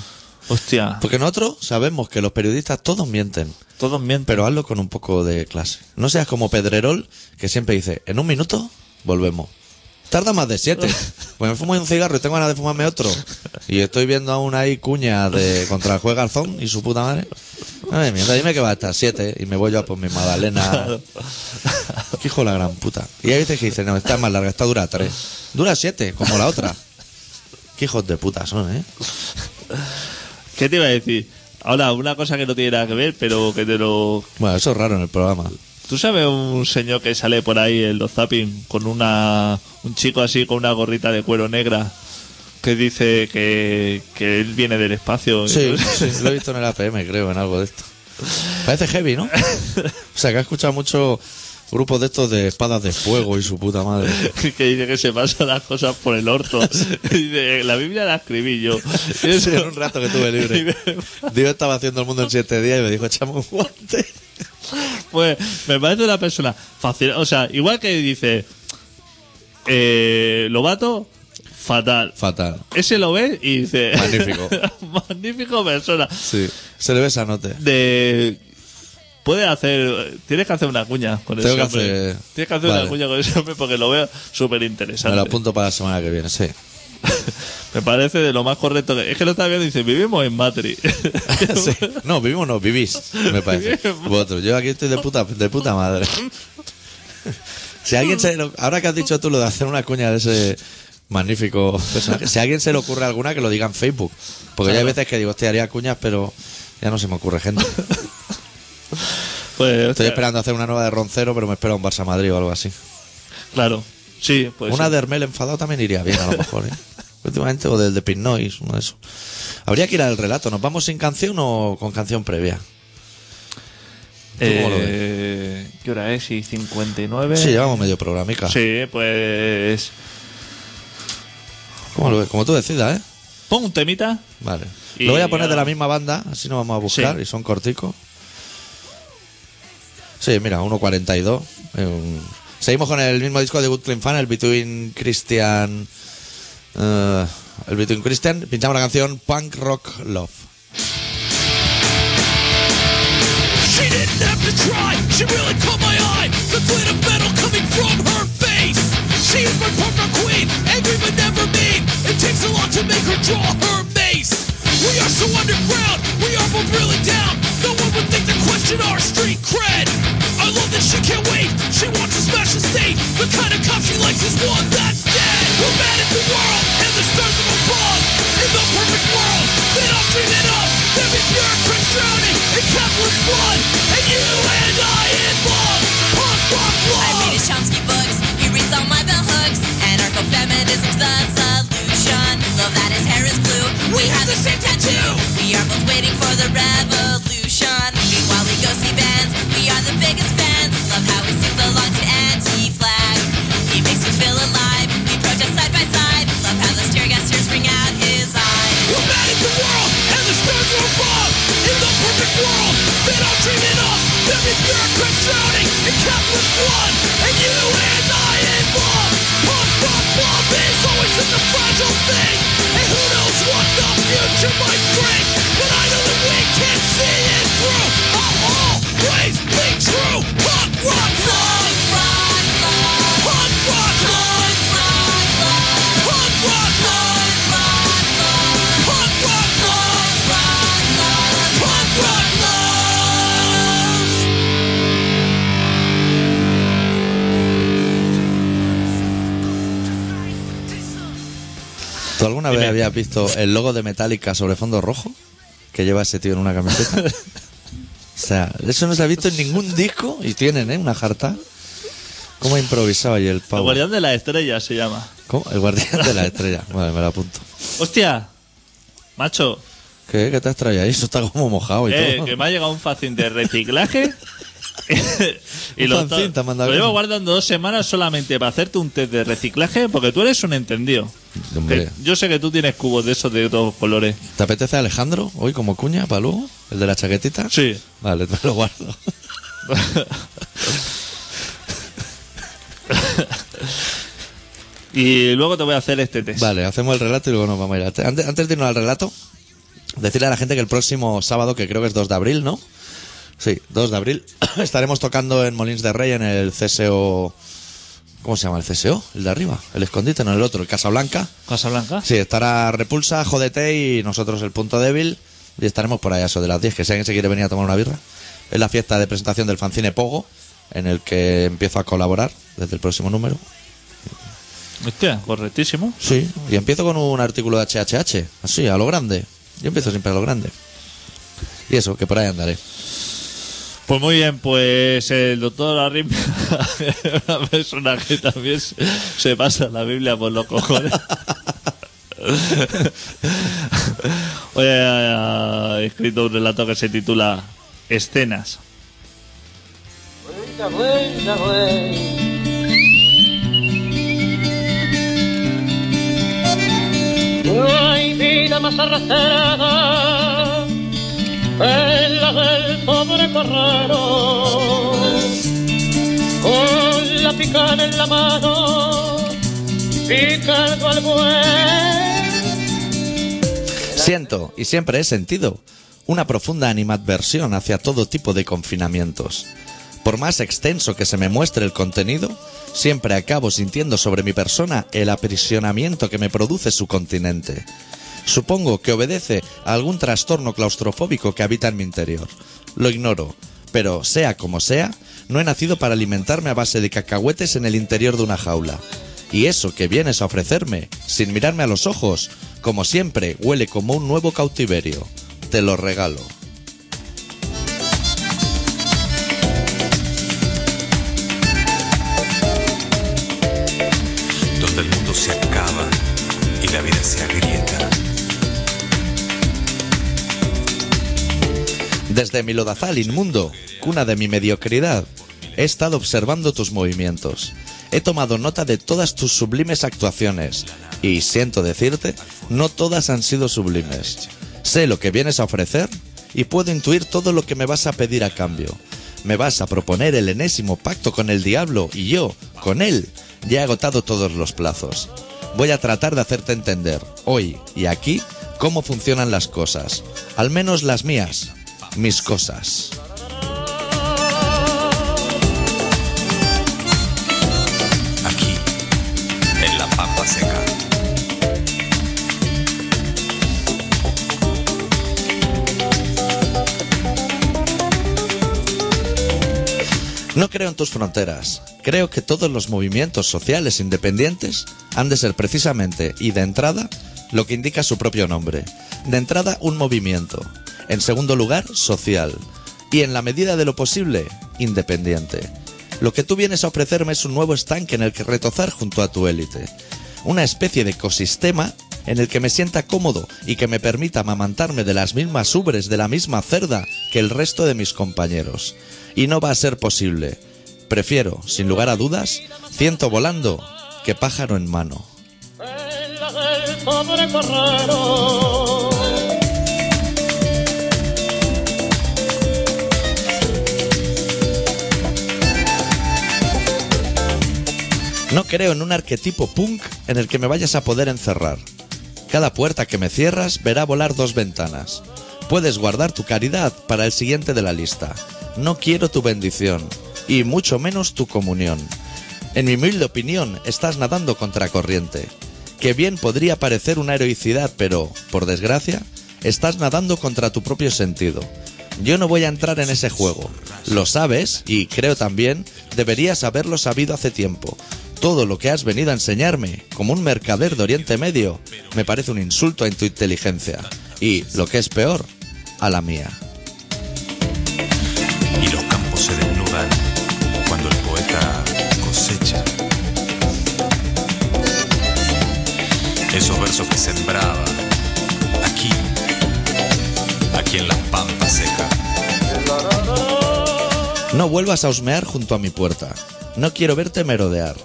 hostia, Porque nosotros sabemos que los periodistas todos mienten, todos mienten. pero hazlo con un poco de clase. No seas como Pedrerol, que siempre dice, en un minuto volvemos. Tarda más de siete. Pues me fumo un cigarro y tengo ganas de fumarme otro. Y estoy viendo aún ahí cuña de contra el juez Garzón y su puta madre. Madre mía, dime que va a estar siete y me voy yo a por mi magdalena. Qué hijo de la gran puta. Y hay veces que dicen, no, esta es más larga, esta dura tres. Dura siete, como la otra. Qué hijos de puta son, ¿eh? ¿Qué te iba a decir? Ahora, una cosa que no tiene nada que ver, pero que te lo... Bueno, eso es raro en el programa. ¿Tú sabes un señor que sale por ahí en los zapping con una... Un chico así con una gorrita de cuero negra que dice que, que él viene del espacio? Sí, sí, lo he visto en el APM, creo, en algo de esto. Parece heavy, ¿no? O sea, que ha escuchado muchos grupos de estos de espadas de fuego y su puta madre. que dice que se pasan las cosas por el orto. Y dice, la Biblia la escribí yo. Y Sí, eso- en un rato que tuve libre. Dios estaba haciendo el mundo en siete días y me dijo, echamos un guante. Pues me parece una persona fácil. O sea, igual que dice eh, Lobato, fatal. Fatal. Ese lo ve y dice. Magnífico. magnífico persona. Sí. Se le ve esa nota. De. Puedes hacer. Tienes que hacer una cuña con Tengo ese que hombre. hacer- Tienes que hacer vale. una cuña con ese hombre porque lo veo súper Me interesante. lo apunto para la semana que viene, sí. Me parece de lo más correcto. que- Es que lo está viendo y dice: Vivimos en Matrix. Sí. No, vivimos no, vivís, me parece. Vosotros, yo aquí estoy de puta, de puta madre. Si alguien se lo- ahora que has dicho tú lo de hacer una cuña de ese magnífico personaje, si a alguien se le ocurre alguna que lo diga en Facebook. Porque ya hay veces que digo, hostia, haría cuñas, pero ya no se me ocurre gente. Pues, Estoy hostia, esperando hacer una nueva de Roncero, pero me espera un Barça Madrid o algo así. Claro. Sí, pues. Una sí. de Hermel enfadado también iría bien, a lo mejor. ¿eh? Últimamente, o del de Pinois, uno de esos. Habría que ir al relato. ¿Nos vamos sin canción o con canción previa? ¿Tú cómo lo ves? Eh, ¿Qué hora es? ¿Y 59? Sí, llevamos medio programica. Sí, pues. ¿Cómo lo ves? Como tú decidas, ¿eh? Pon un temita. Vale. Y Lo voy a poner ya- de la misma banda, así nos vamos a buscar Sí. y son corticos. Sí, mira, 1.42. Eh, un- Seguimos con el mismo disco de Good Clean Fan, el Between Christian. eh, el Between Christian. Pinchamos la canción Punk Rock Love. She didn't have to try, she really caught my eye. The glint of metal coming from her face. She is my partner queen, angry but never mean. It takes a lot to make her draw her mace. We are so underground, we are both really down. No one would think to question our street cred. I love that she can't wait, she wants to smash the state. The kind of cop she likes is one that's dead. We're mad at the world and the stars of above. In the perfect world, then I'll dream it up. There be bureaucrats drowning in capitalist blood. And you and I in love. Punk rock I read love. his Chomsky books, he reads all my bell hooks. Anarcho-feminism's the solution. Love that his hair is blue. We have the same tattoo. We are both waiting for the revolution. Meanwhile, we go see bands. We are the biggest fans. Love how we sing along to anti-flag. He makes me feel alive. We protest side by side. Love how those tear gas tears bring out his eyes. We're mad at the world and the stars are above. In the perfect world, then I'll dream it up. There be bureaucrats drowning in capitalist blood. And you and I in love. Punk rock love is always such a fragile thing. And who knows what the future might bring. But I know that we can see it through. I'll always be true. Punk rock love. Punk rock love, Punk rock love. punk rock love, Punk rock love. punk rock love, Punk rock love. punk rock love. Punk rock love. This is ¿Tú alguna Dime. vez habías visto el logo de Metallica sobre fondo rojo que lleva ese tío en una camiseta? o sea, eso no se ha visto en ningún disco y tienen, ¿eh? Una jarta. ¿Cómo ha improvisado ahí el El pavo? guardián de las estrellas se llama. ¿Cómo? El guardián de la estrella. Vale, me lo apunto. ¡Hostia! Macho, ¿Qué, ¿Qué te has traído ahí? Eso está como mojado y eh, todo. que me ha llegado un facín de reciclaje. y Un lo, fanzine to- te ha mandado lo bien. llevo guardando dos semanas solamente para hacerte un test de reciclaje, porque tú eres un entendido. Hombre. Que yo sé que tú tienes cubos de esos de todos colores. ¿Te apetece Alejandro hoy como cuña para luego? ¿El de la chaquetita? Sí. Vale, te lo guardo. Y luego te voy a hacer este test. Vale, hacemos el relato y luego nos vamos a ir. al te- Antes, antes de irnos al relato, decirle a la gente que el próximo sábado, que creo que es 2 de abril, ¿no? Sí, 2 de abril, estaremos tocando en Molins de Rey en el CSO... ¿Cómo se llama el CSO? El de arriba, el escondite, no el otro, el Casablanca. Casablanca. Sí, estará Repulsa, Jodete y nosotros el punto débil. Y estaremos por allá, eso de las 10, que si alguien se quiere venir a tomar una birra. Es la fiesta de presentación del fanzine Pogo, en el que empiezo a colaborar desde el próximo número. Hostia, correctísimo. Sí, y empiezo con un artículo de HHH, así, a lo grande. Yo empiezo siempre a lo grande. Y eso, que por ahí andaré. Pues muy bien, pues el doctor Arrim es una persona que también se- se pasa la Biblia por los cojones. Oye, ha escrito un relato que se titula Escenas. No hay vida más arrastrada que la del pobre carrero. Con la picana en la mano, picando al buey. Siento, y siempre he sentido, una profunda animadversión hacia todo tipo de confinamientos. Por más extenso que se me muestre el contenido, siempre acabo sintiendo sobre mi persona el aprisionamiento que me produce su continente. Supongo que obedece a algún trastorno claustrofóbico que habita en mi interior. Lo ignoro, pero sea como sea, no he nacido para alimentarme a base de cacahuetes en el interior de una jaula. Y eso que vienes a ofrecerme, sin mirarme a los ojos, como siempre, huele como un nuevo cautiverio. Te lo regalo. donde el mundo se acaba y la vida se agrieta. Desde mi lodazal inmundo, cuna de mi mediocridad, he estado observando tus movimientos. He tomado nota de todas tus sublimes actuaciones. Y siento decirte, no todas han sido sublimes. Sé lo que vienes a ofrecer y puedo intuir todo lo que me vas a pedir a cambio. Me vas a proponer el enésimo pacto con el diablo y yo, con él, ya he agotado todos los plazos. Voy a tratar de hacerte entender, hoy y aquí, cómo funcionan las cosas. Al menos las mías, mis cosas. Aquí, en la pampa seca. No creo en tus fronteras. Creo que todos los movimientos sociales independientes han de ser precisamente y de entrada lo que indica su propio nombre. De entrada, un movimiento. En segundo lugar, social. Y en la medida de lo posible, independiente. Lo que tú vienes a ofrecerme es un nuevo estanque en el que retozar junto a tu élite. Una especie de ecosistema en el que me sienta cómodo y que me permita amamantarme de las mismas ubres de la misma cerda que el resto de mis compañeros. Y no va a ser posible. Prefiero, sin lugar a dudas, ciento volando que pájaro en mano. La del pobre carrero. No creo en un arquetipo punk en el que me vayas a poder encerrar. Cada puerta que me cierras verá volar dos ventanas. Puedes guardar tu caridad para el siguiente de la lista. No quiero tu bendición y mucho menos tu comunión. En mi humilde opinión, estás nadando contracorriente. Que bien podría parecer una heroicidad, pero, por desgracia, estás nadando contra tu propio sentido. Yo no voy a entrar en ese juego. Lo sabes, y creo también, deberías haberlo sabido hace tiempo. todo lo que has venido a enseñarme, como un mercader de Oriente Medio, me parece un insulto a tu inteligencia. Y, lo que es peor, a la mía. y los campos se desnudan cuando el poeta cosecha. Esos versos que sembraba aquí, aquí en las pampas secas. No vuelvas a husmear junto a mi puerta. No quiero verte merodear.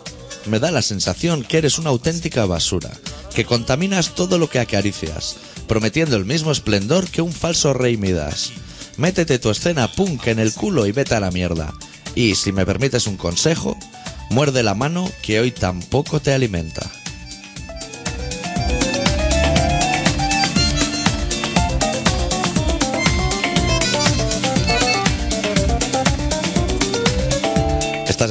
Me da la sensación que eres una auténtica basura, que contaminas todo lo que acaricias, prometiendo el mismo esplendor que un falso rey Midas. Métete tu escena punk en el culo y vete a la mierda. Y si me permites un consejo, muerde la mano que hoy tampoco te alimenta. Estás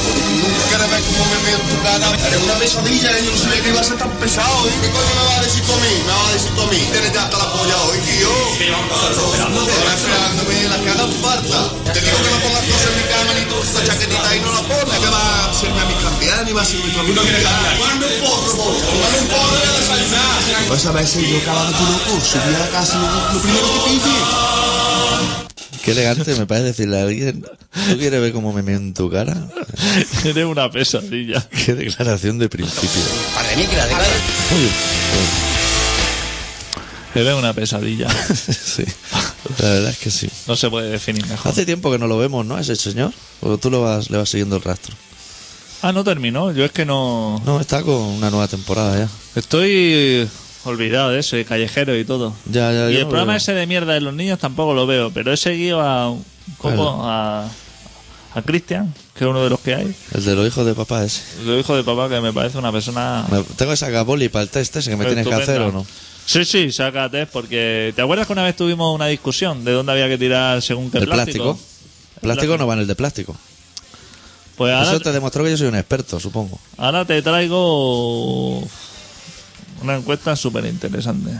Nunca quieres ver cómo me veo en tu cara. Eres una pesadilla y yo no sabía que iba a ser tan pesado. ¿eh? ¿Qué coño me vas a decir tú a mí? Me vas a decir tú a mí. Tienes ya hasta la polla hoy, tío. Ahora esperándome la que haga falta. Te digo que no pongas cosas en mi cama ni toda esa chaquetita y no la pones. ¿Qué va a hacerme a mi cambiar ni va a hacerme tú a mí? No quieres cambiar. Ponme un porro, ponme un porro y a desayunar. Pues a veces yo cada vez que loco subí a la casa lo, lo primero que pide. Qué elegante me parece decirle a alguien, ¿tú quieres ver cómo me meo en tu cara? Eres una pesadilla. Qué declaración de principio. Eres una pesadilla. sí, la verdad es que sí. No se puede definir mejor. Hace tiempo que no lo vemos, ¿no? Ese señor. O tú lo vas, le vas siguiendo el rastro. Ah, no terminó. Yo es que no. No, está con una nueva temporada ya. Estoy olvidado de eso, de callejero y todo. Ya, ya, Y ya el lo programa veo. ese de mierda de los niños tampoco lo veo, pero he seguido a un poco a, a Cristian, que es uno de los que hay. El de los hijos de papá ese. Lo dijo de papá que me parece una persona. Me- Tengo esa gaboli para el test ese que me tienes que estupenda. hacer o no. Sí, sí, sácate, porque ¿te acuerdas que una vez tuvimos una discusión de dónde había que tirar según qué El plástico. Plástico plástico. no va en el de plástico. Pues ahora Eso te demostró que yo soy un experto, supongo. Ahora te traigo una encuesta súper interesante.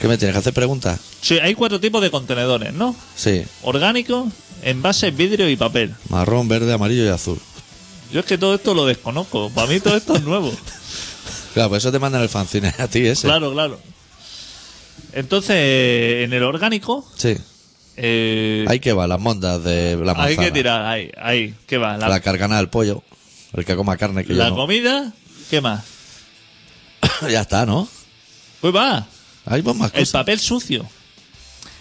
¿Qué me tienes que hacer preguntas? Sí, hay cuatro tipos de contenedores, ¿no? Sí. Orgánico, envase, vidrio y papel. Marrón, verde, amarillo y azul. Yo es que todo esto lo desconozco. Para mí todo esto es nuevo. Claro, pues eso te mandan el fanzine a ti ese. Claro, claro. Entonces, en el orgánico, Sí. eh, Ahí que va, las mondas de la manzana. hay que tirar ahí, ahí. ¿Qué va? La, La, cargana del pollo. El que coma carne que la yo no. comida, ¿qué más? ya está, ¿no? Pues va, Hay más el cosas. papel sucio.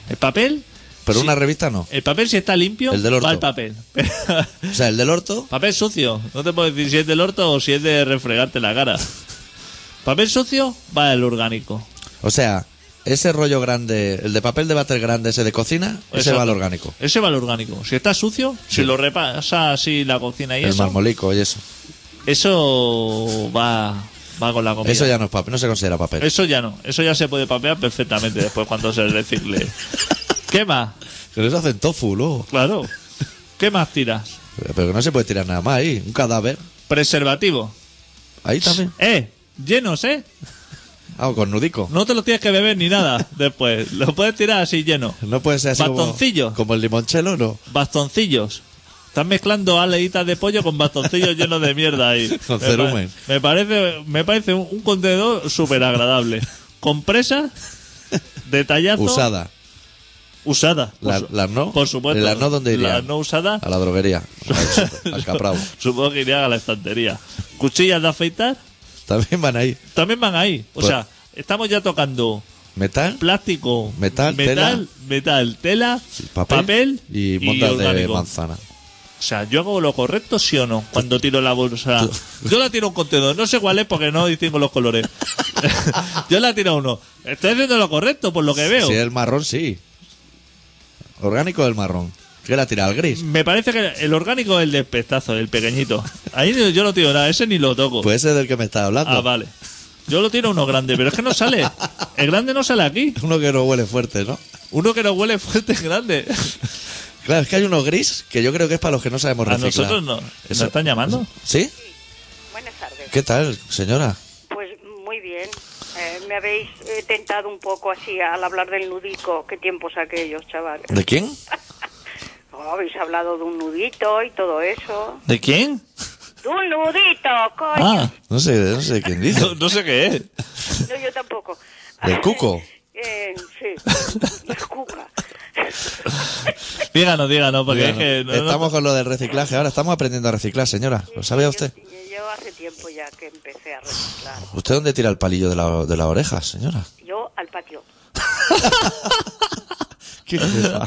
El papel, Pero sí. una revista no. el papel si está limpio, El del orto. va el papel. O sea, el del orto, Papel sucio. No te puedo decir si es del orto o si es de refregarte la cara. Papel sucio va el orgánico. o sea, ese rollo grande, el de papel de váter grande, ese de cocina, ese Exacto. va al orgánico. Ese va al orgánico. Si está sucio, si lo repasa así la cocina y El eso, marmolico y eso. eso va, va con la comida. Eso ya no es papel, no se considera papel. Eso ya no. Eso ya se puede papear perfectamente después cuando se recicle. ¿Qué más? Pero eso hacen tofu luego. Claro. ¿Qué más tiras? Pero que no se puede tirar nada más ahí. Un cadáver. Preservativo. Ahí también. Eh, llenos, ¿eh? Ah, con nudico. No te lo tienes que beber ni nada después. Lo puedes tirar así lleno. No puede ser así como- Bastoncillo. Como, el limonchelo, no. bastoncillos. Están mezclando aleitas de pollo con bastoncillos llenos de mierda ahí. Con Me pare- cerumen. Me parece, me parece un, un contenedor súper agradable. Compresa, detallazo. Usada. Usada. La- Por su- las no. Por supuesto. ¿Las no dónde Ah. irían? Las no usada. A la droguería. Al super- Al capravo. Supongo que irían a la estantería. Cuchillas de afeitar También van ahí. también van ahí. O Pues- sea, estamos ya tocando Metal, plástico, Metal, metal, metal, tela, papel, y y, mondas de orgánico. manzana. O sea, ¿yo hago lo correcto, sí o no? Cuando tiro la bolsa. Yo la tiro a un contenedor. No sé cuál es porque no distingo los colores. Yo la tiro a uno. Estoy haciendo lo correcto por lo que veo. Si es el marrón, sí. Orgánico del marrón. ¿Qué la tira al gris? Me parece que el orgánico es el despestazo, el pequeñito. Ahí no- yo no tiro nada, ese ni lo toco. Pues ese es del que me estás hablando. ah, vale. Yo lo tiro a uno grande, pero es que no sale. El grande no sale aquí. Uno que no huele fuerte, ¿no? Uno que no huele fuerte es grande. Claro, es que hay uno gris que yo creo que es para los que no sabemos A reciclar. nosotros no. ¿Nos Eso- están llamando? ¿Sí? Buenas tardes. ¿Qué tal, señora? Pues muy bien. Eh, me habéis eh, tentado un poco así al hablar del nudico. Qué tiempos aquellos, chaval. ¿De quién? Oh, habéis hablado de un nudito y todo eso. ¿De quién? ¡De un nudito, coño! Ah, No sé, no sé de quién dice. no, no sé qué es. No, yo tampoco. ¿Del cuco? Eh, sí, del cuca. Díganos, díganos, porque Oiga, es que. no- no- estamos con lo del reciclaje ahora, estamos aprendiendo a reciclar, señora. ¿Lo sabe Yo- usted? Yo, hace tiempo ya que empecé a reciclar. ¿Usted dónde tira el palillo de la, de la oreja, señora? Yo al patio. ¿Qué jefa?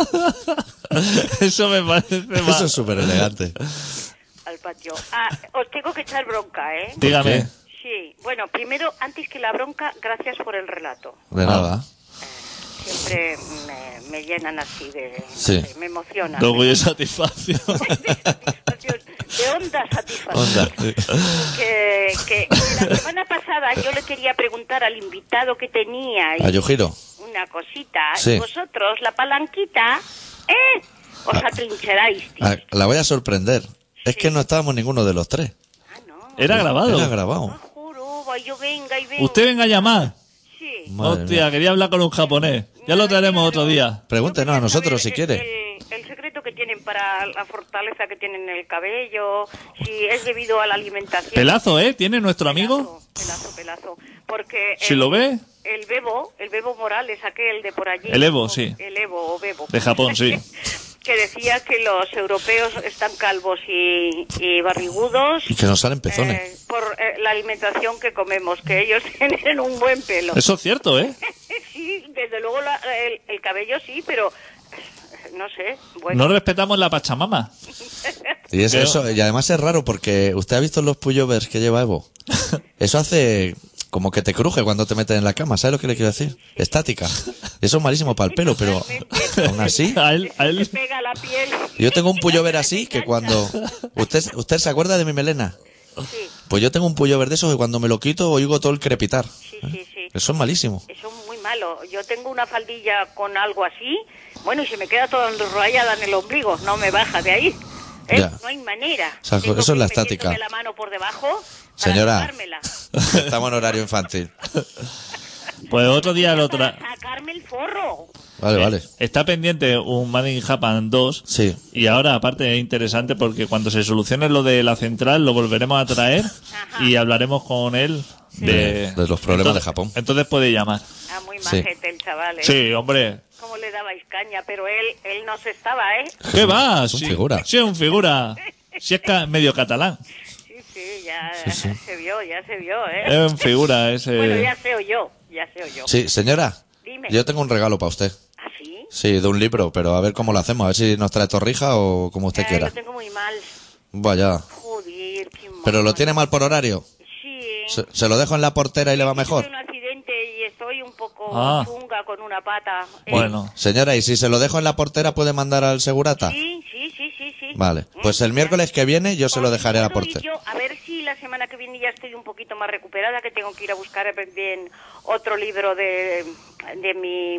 Eso me parece más. Eso es súper elegante. Al patio. Ah, os tengo que echar bronca, ¿eh? Dígame. Sí. Bueno, primero, antes que la bronca, gracias por el relato. Ah. De nada. Siempre me, me llenan así de... Sí. no sé, me emocionan. De orgullo y satisfacción. de satisfacción, de onda satisfacción. Onda. Que, que la semana pasada yo le quería preguntar al invitado que tenía y A Yujiro. una cosita. Sí. Y vosotros, la palanquita, ¿eh? Os atrincheráis, tío. Ah, La voy a sorprender. Es que no estábamos ninguno de los tres. Ah, no. Era grabado. Era No grabado. juro, voy, yo venga y venga. Usted venga a llamar. Sí. Madre Hostia, quería hablar con un japonés. Ya lo traeremos otro día. Pregúntenos a nosotros si El- quiere. El, el secreto que tienen para la fortaleza que tienen en el cabello, si es debido a la alimentación. Pelazo, ¿eh? ¿Tiene nuestro amigo? Pelazo, pelazo. pelazo. Porque. Si el- lo ve. El Bebo, el Bebo Morales, aquel de por allí. El Evo, sí. El Evo o Bebo. De Japón, sí. que decía que los europeos están calvos y, y barrigudos. Y que nos salen eh, pezones. por eh, la alimentación que comemos, que ellos tienen un buen pelo. Eso es cierto, ¿eh? Sí, desde luego la- el, el cabello sí, pero eh, no sé. Bueno, No respetamos la Pachamama. Y, es Pero- eso, y además es raro porque usted ha visto los pullovers que lleva Evo. Eso hace como que te cruje cuando te meten en la cama. ¿Sabes lo que le quiero decir? Estática. Eso es malísimo para el pelo, pero aún así. A él, a él- se pega la piel. Yo tengo un pullover así que cuando. ¿Usted, ¿Usted se acuerda de mi melena? Sí, Pues yo tengo un pullover de esos que cuando me lo quito oigo todo el crepitar. sí, sí, sí. Eso es malísimo. Eso es muy malo. Yo tengo una faldilla con algo así, bueno, y se me queda toda enrollada en el ombligo, no me baja de ahí. ¿eh? Ya. No hay manera. O sea, Tengo eso es que la ir metiéndome estática. la mano por debajo para Señora. sacármela. Estamos en horario infantil. pues otro día lo tra... Para sacarme el forro. Vale, ¿Eh? vale. Está pendiente un Made in Japan 2. Sí. Y ahora, aparte, es interesante porque cuando se solucione lo de la central, lo volveremos a traer y hablaremos con él de, De los problemas de Entonces- Japón. Entonces puede llamar. Ah, muy Sí. majete el chaval, ¿eh? Sí, hombre. Cómo le dabais caña, pero él, él no se estaba, ¿eh? ¿Qué va? Es un Sí, figura. Sí, es un figura. Si es ca- medio catalán. Sí, sí, ya sí. eh. se vio, ya se vio, ¿eh? Es un figura ese. Bueno, ya se oyó, ya se oyó. Sí, señora. Dime. Yo tengo un regalo para usted. ¿Ah, sí? Sí, de un libro, pero a ver cómo lo hacemos. A ver si nos trae torrija o como usted Ay, quiera. Eh, lo tengo muy mal. Vaya. Joder, qué mal. Pero lo tiene mal por horario. Sí. Se, se lo dejo en la portera y le va mejor. Tuve un accidente y estoy un poco Ah. chunga con una pata. ¿eh? Bueno. Señora, ¿y si se lo dejo en la portera puede mandar al segurata? Sí, sí, sí, sí, sí. Mm, Vale. Pues el miércoles que viene yo se lo dejaré a la Bueno, y portera. yo, a ver si la semana que viene ya estoy un poquito más recuperada, que tengo que ir a buscar bien otro libro de, de mi,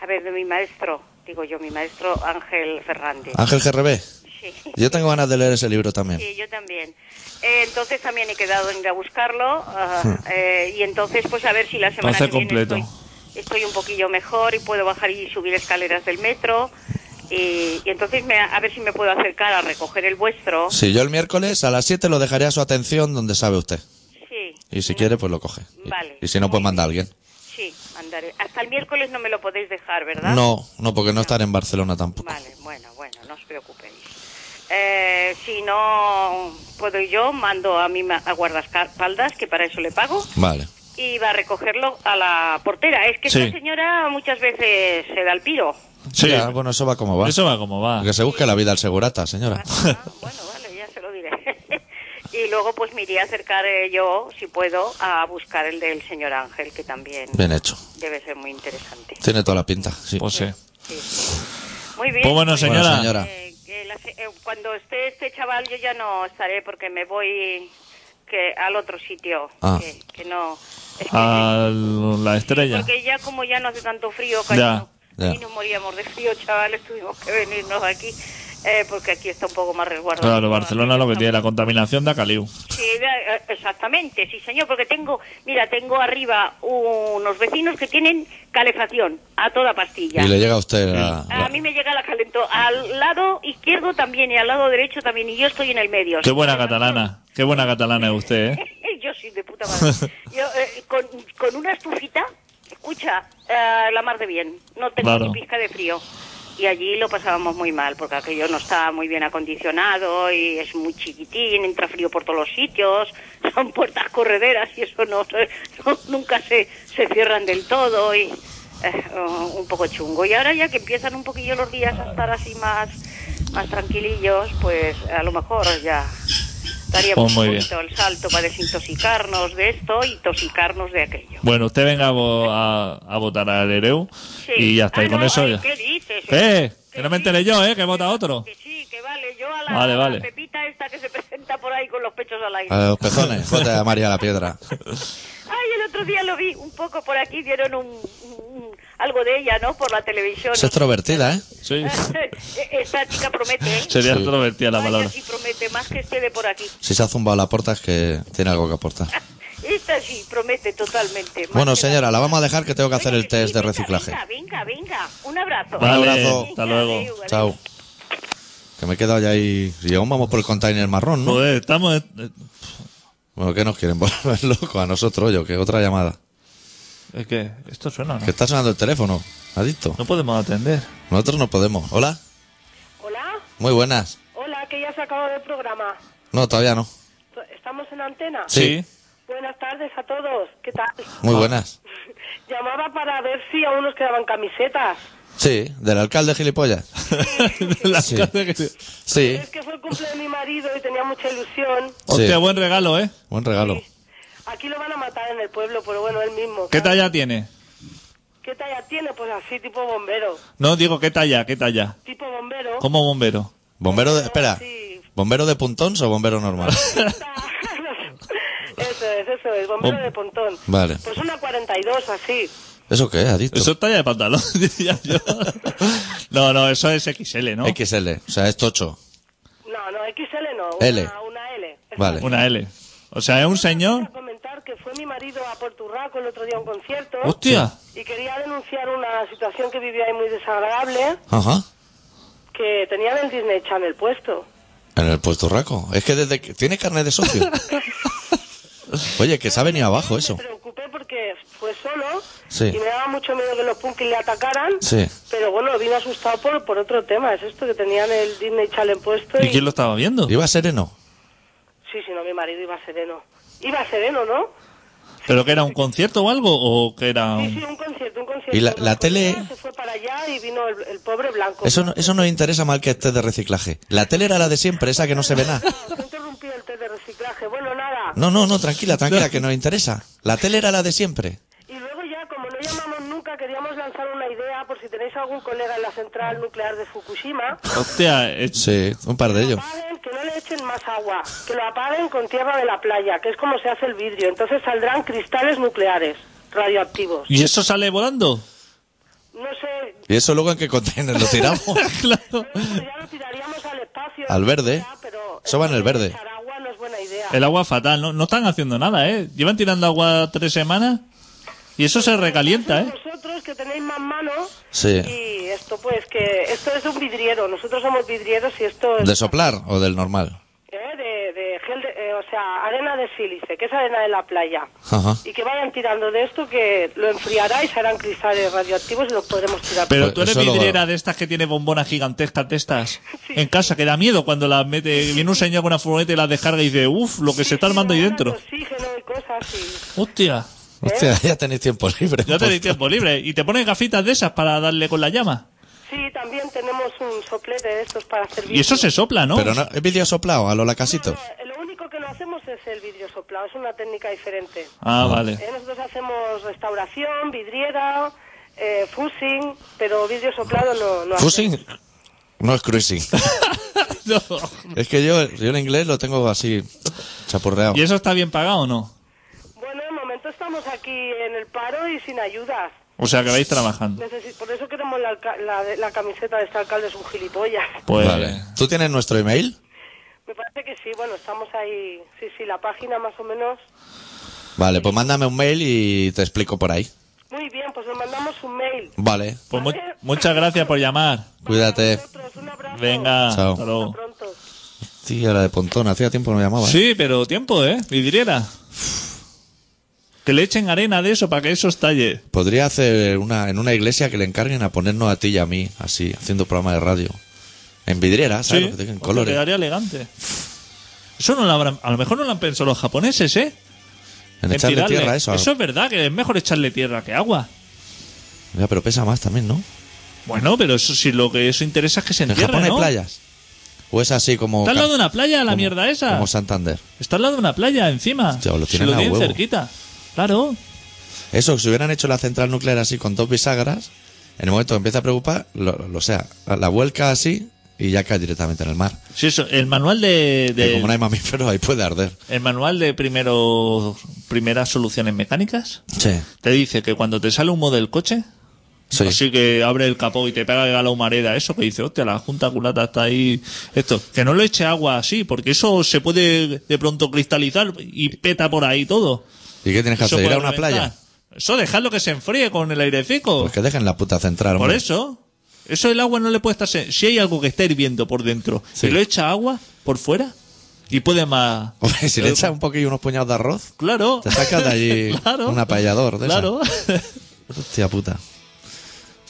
a ver, de mi maestro, digo yo, mi maestro Ángel Fernández. Ángel GRB. Sí. Yo tengo ganas de leer ese libro también. Sí, yo también. Eh, entonces también he quedado en ir a buscarlo ah, eh, y entonces pues a ver si la semana Pase que viene completo. Estoy, estoy un poquillo mejor y puedo bajar y subir escaleras del metro y, y entonces me- a ver si me puedo acercar a recoger el vuestro. Sí, yo el miércoles a las 7 lo dejaré a su atención donde sabe usted. Sí. Y si quiere, pues lo coge. Y- Mm. Vale. Y si no, pues manda a alguien. Sí, andaré. Hasta el miércoles no me lo podéis dejar, ¿verdad? No, no, porque no estaré en Barcelona tampoco. Vale, bueno, bueno, no os preocupéis. Eh, si no puedo yo, mando a mi ma- a guardaespaldas, que para eso le pago. Vale. y va a recogerlo a la portera. Es que Sí. esta señora muchas veces se da el piro. Sí. Ya, bueno, eso va como va. Eso va como va. Que se busque la vida al segurata, señora. Ah, bueno, vale, ya se lo diré. y luego pues me iré a acercar eh, yo, si puedo, a buscar el del señor Ángel, que también Bien hecho. debe ser muy interesante. Tiene toda la pinta. Sí. Pues sí. Muy bien. Pues bueno, señora. Bueno, señora. eh, que la se- eh, cuando esté este chaval yo ya no estaré porque me voy que al otro sitio. Ah. Que, que no... es que- Ah, A la estrella. Porque ya como ya no hace tanto frío, Ya. cariño, Ya. Y nos moríamos de frío, chavales, tuvimos que venirnos aquí, eh, porque aquí está un poco más resguardado. Claro, Barcelona lo que tiene, la contaminación da caliu. Sí, eh, exactamente, sí, señor, porque tengo, mira, tengo arriba unos vecinos que tienen calefacción a toda pastilla. Y le llega a usted la- A mí me llega la calentó al lado izquierdo también y al lado derecho también y yo estoy en el medio. Qué buena catalana, qué buena catalana es usted, ¿eh? yo soy de puta madre. Yo, eh, con, con una estufita, escucha, eh, la mar de bien. No tengo Claro. ni pizca de frío. Y allí lo pasábamos muy mal, porque aquello no estaba muy bien acondicionado y es muy chiquitín, entra frío por todos los sitios, son puertas correderas y eso no, se- no- nunca se, se cierran del todo y eh, oh, un poco chungo. Y ahora ya que empiezan un poquillo los días a estar así más, más tranquilillos, pues a lo mejor ya daríamos Pues muy un bien. poquito el salto para desintoxicarnos de esto y toxicarnos de aquello. Bueno, usted venga a, vo- a- a votar al Ereu Sí. y ya está, Ah, y con no, eso ay, ya. ¿Qué dices? ¡Eh! Que no me enteré yo, ¿eh? Que vota otro. Que sí, que vale. Yo a la, Vale, a la vale. Ah. pepita esta que se presenta por ahí con los pechos al aire. a los pezones, fote a María la Piedra. Ay, el otro día lo vi un poco por aquí, dieron un, un- algo de ella, ¿no? Por la televisión. Es extrovertida, ¿eh? Sí. Esta chica promete, ¿eh? Sería Sí. extrovertida la Vaya palabra. sí promete, más que este de por aquí. Si se ha zumbado la puerta es que tiene algo que aportar. Esta sí promete totalmente. más Bueno, que la- señora, la vamos a dejar que tengo que hacer Oye, el que test sí, de venga, reciclaje. Venga, venga, venga. Un abrazo. Vale, abrazo. hasta luego. Venga, Chao. Que me he quedado ya ahí. Y aún vamos por el container marrón, ¿no? Joder, estamos. eh, Bueno, ¿qué nos quieren volver locos a nosotros, yo? Que otra llamada. Es que esto suena, ¿no? Que está sonando el teléfono, adicto. No podemos atender. Nosotros no podemos. Hola, Hola, muy buenas. hola, que ya se acabó el programa. No, todavía no. ¿Estamos en antena? Sí. Buenas tardes a todos, ¿qué tal? Ah. Muy buenas. Llamaba para ver si aún nos quedaban camisetas. Sí, del alcalde gilipollas. La Sí. cosa que- Sí, Es que fue el cumple de mi marido y tenía mucha ilusión. Hostia, buen regalo, ¿eh? buen regalo. Aquí lo van a matar en el pueblo, pero bueno, él mismo. ¿Qué ¿sabes? talla tiene? ¿Qué talla tiene? Pues así, tipo bombero. No, digo, ¿qué talla? ¿Qué talla? Tipo bombero. Como bombero. Bombero de... Espera. Sí. ¿Bombero de puntón o bombero normal? eso es, eso es, bombero Bom- de pontón. Vale. Pues una 42, así. ¿Eso qué, adicto? Eso es talla de pantalón, diría yo. No, no, eso es XL, ¿no? XL, o sea, es tocho. No, no, XL no. L. Una, una L. Vale. Una L. O sea, es un Quería señor. comentar que fue mi marido a Puerto Rico el otro día a un concierto. ¡Hostia! Y quería denunciar una situación que vivía ahí muy desagradable, Ajá. que tenían el Disney Channel puesto. En el puesto raco. Es que desde que... ¿Tiene carnet de socio? Oye, que se ha venido abajo eso. Me preocupé porque fue solo Sí. y me daba mucho miedo que los punkis le atacaran. Sí. Pero bueno, vine asustado por, por otro tema. Es esto que tenían el Disney Channel puesto. ¿Y quién lo estaba viendo? ¿Iba sereno? Sí, sí, no, mi marido iba sereno. Iba sereno, ¿no? ¿Pero que era un concierto o algo? ¿O que era Sí, sí, un... un concierto, un concierto. ¿Y la- Una la tele? persona Se fue para allá y vino el, el pobre blanco. Eso no, eso no interesa mal que estés de reciclaje. La tele era la de siempre, esa que no se ve nada. Se ha interrumpido el test de reciclaje. Bueno, nada. No, no, no, tranquila, tranquila, que nos interesa. La tele era la de siempre. Y luego ya, como no llamamos nunca, queríamos lanzar una idea por si tenéis algún colega en la central nuclear de Fukushima. Hostia, eh, Sí, un par de Que ellos. apaguen, que no le echen más agua, que lo apaguen con tierra de la playa, que es como se hace el vidrio. Entonces saldrán cristales nucleares radioactivos. ¿y eso sale volando? No sé, ¿Y eso luego en qué container lo tiramos? claro. pues ya lo tiraríamos al espacio. Al verde. Ya, pero Eso va en el verde. Echar agua no es buena idea. El agua fatal, ¿no? No están haciendo nada, ¿eh? Llevan tirando agua tres semanas y eso se recalienta, ¿eh? Vosotros que tenéis más mano Sí. y esto pues que esto es un vidriero, nosotros somos vidrieros y esto es ¿De soplar o del normal? ¿eh? de, de gel, de- eh, o sea, arena de sílice, que es arena de la playa. Ajá. Y que vayan tirando de esto, que lo enfriará y serán cristales radioactivos y los podremos tirar. Pero Pues tú eres eso lo- vidriera de estas que tiene bombonas gigantescas de estas en casa, que da miedo cuando las mete. Viene un señor con una furgoneta y las descarga y dice, uff, lo que se está armando ahí Ahora dentro. Oxígeno y cosas y... Hostia, Hostia, ya tenéis tiempo libre. ya tenéis tiempo libre. Y te pones gafitas de esas para darle con la llama. Sí, también tenemos un soplete de estos para hacer Y eso se sopla, ¿no? Pero no, ¿es vídeo soplado a lo lacasito? No, Lo único que no hacemos es el vidrio soplado, es una técnica diferente. Ah, vale. Eh, Nosotros hacemos restauración, vidriera, eh, fusing, pero vidrio soplado no, no hacemos. ¿Fusing? No es cruising. No. Es que yo, yo en inglés lo tengo así chapurreado. ¿Y eso está bien pagado o no? Bueno, de momento estamos aquí en el paro y sin ayudas. O sea que vais trabajando. Necesi- por eso queremos la, alca- la- la camiseta de este alcalde, es un gilipollas. Pues Vale. ¿Tú tienes nuestro email? Me parece que sí, bueno, estamos ahí. Sí, sí, la página más o menos. Vale, pues mándame un mail y te explico por ahí. Muy bien, pues le mandamos un mail. Vale, Pues mu- muchas gracias por llamar. cuídate. Nosotros, un abrazo. Venga, Chao. hasta Hasta luego. pronto. Sí, era de Pontón, hacía tiempo que no me llamaba. ¿eh? Sí, pero tiempo, ¿eh? Vidriera. Que le echen arena de eso para que eso estalle. Podría hacer una en una iglesia que le encarguen a ponernos a ti y a mí, así, haciendo programa de radio. En vidriera, ¿sabes? Sí, lo que te digo? en hostia, colores. quedaría elegante. Eso no lo habrán, a lo mejor no lo han pensado los japoneses, ¿eh? En En echarle tirarle. tierra, eso. a- es verdad, que es mejor echarle tierra que agua. Ya, pero pesa más también, ¿no? Bueno, pero eso sí, lo que eso interesa es que se En entierre, Japón hay ¿no? playas. O es así como. Está al ca- lado de una playa, la como- mierda esa. Como Santander. Está al lado de una playa, encima. Hostia, lo si tienen lo a tienen huevo. cerquita. Claro. Eso, si hubieran hecho la central nuclear así con dos bisagras, en el momento que empieza a preocupar, lo, lo- o sea, la, la vuelca así y ya cae directamente en el mar. Sí, eso, el manual de, Que de- Eh, como no hay mamíferos, ahí puede arder. el manual de primero primeras soluciones mecánicas Sí. te dice que cuando te sale humo del coche, Sí. así que abre el capó y te pega la humareda, eso que dice, hostia, la junta culata está ahí, esto, que no le eche agua así, porque eso se puede de pronto cristalizar y peta por ahí todo. ¿Y qué tienes que Eso hacer? ¿Ir a puede una reventar. playa? Eso dejarlo que se enfríe con el airecito. Pues que dejen la puta central. Por hombre. eso. Eso el agua no le puede estar... se- Si hay algo que está hirviendo por dentro, Sí. si lo echa agua por fuera y puede más... Hombre, si le Eh, echas un poquillo unos puñados de arroz, Claro. te sacas de allí Claro. un apallador de esa. Claro. Hostia puta.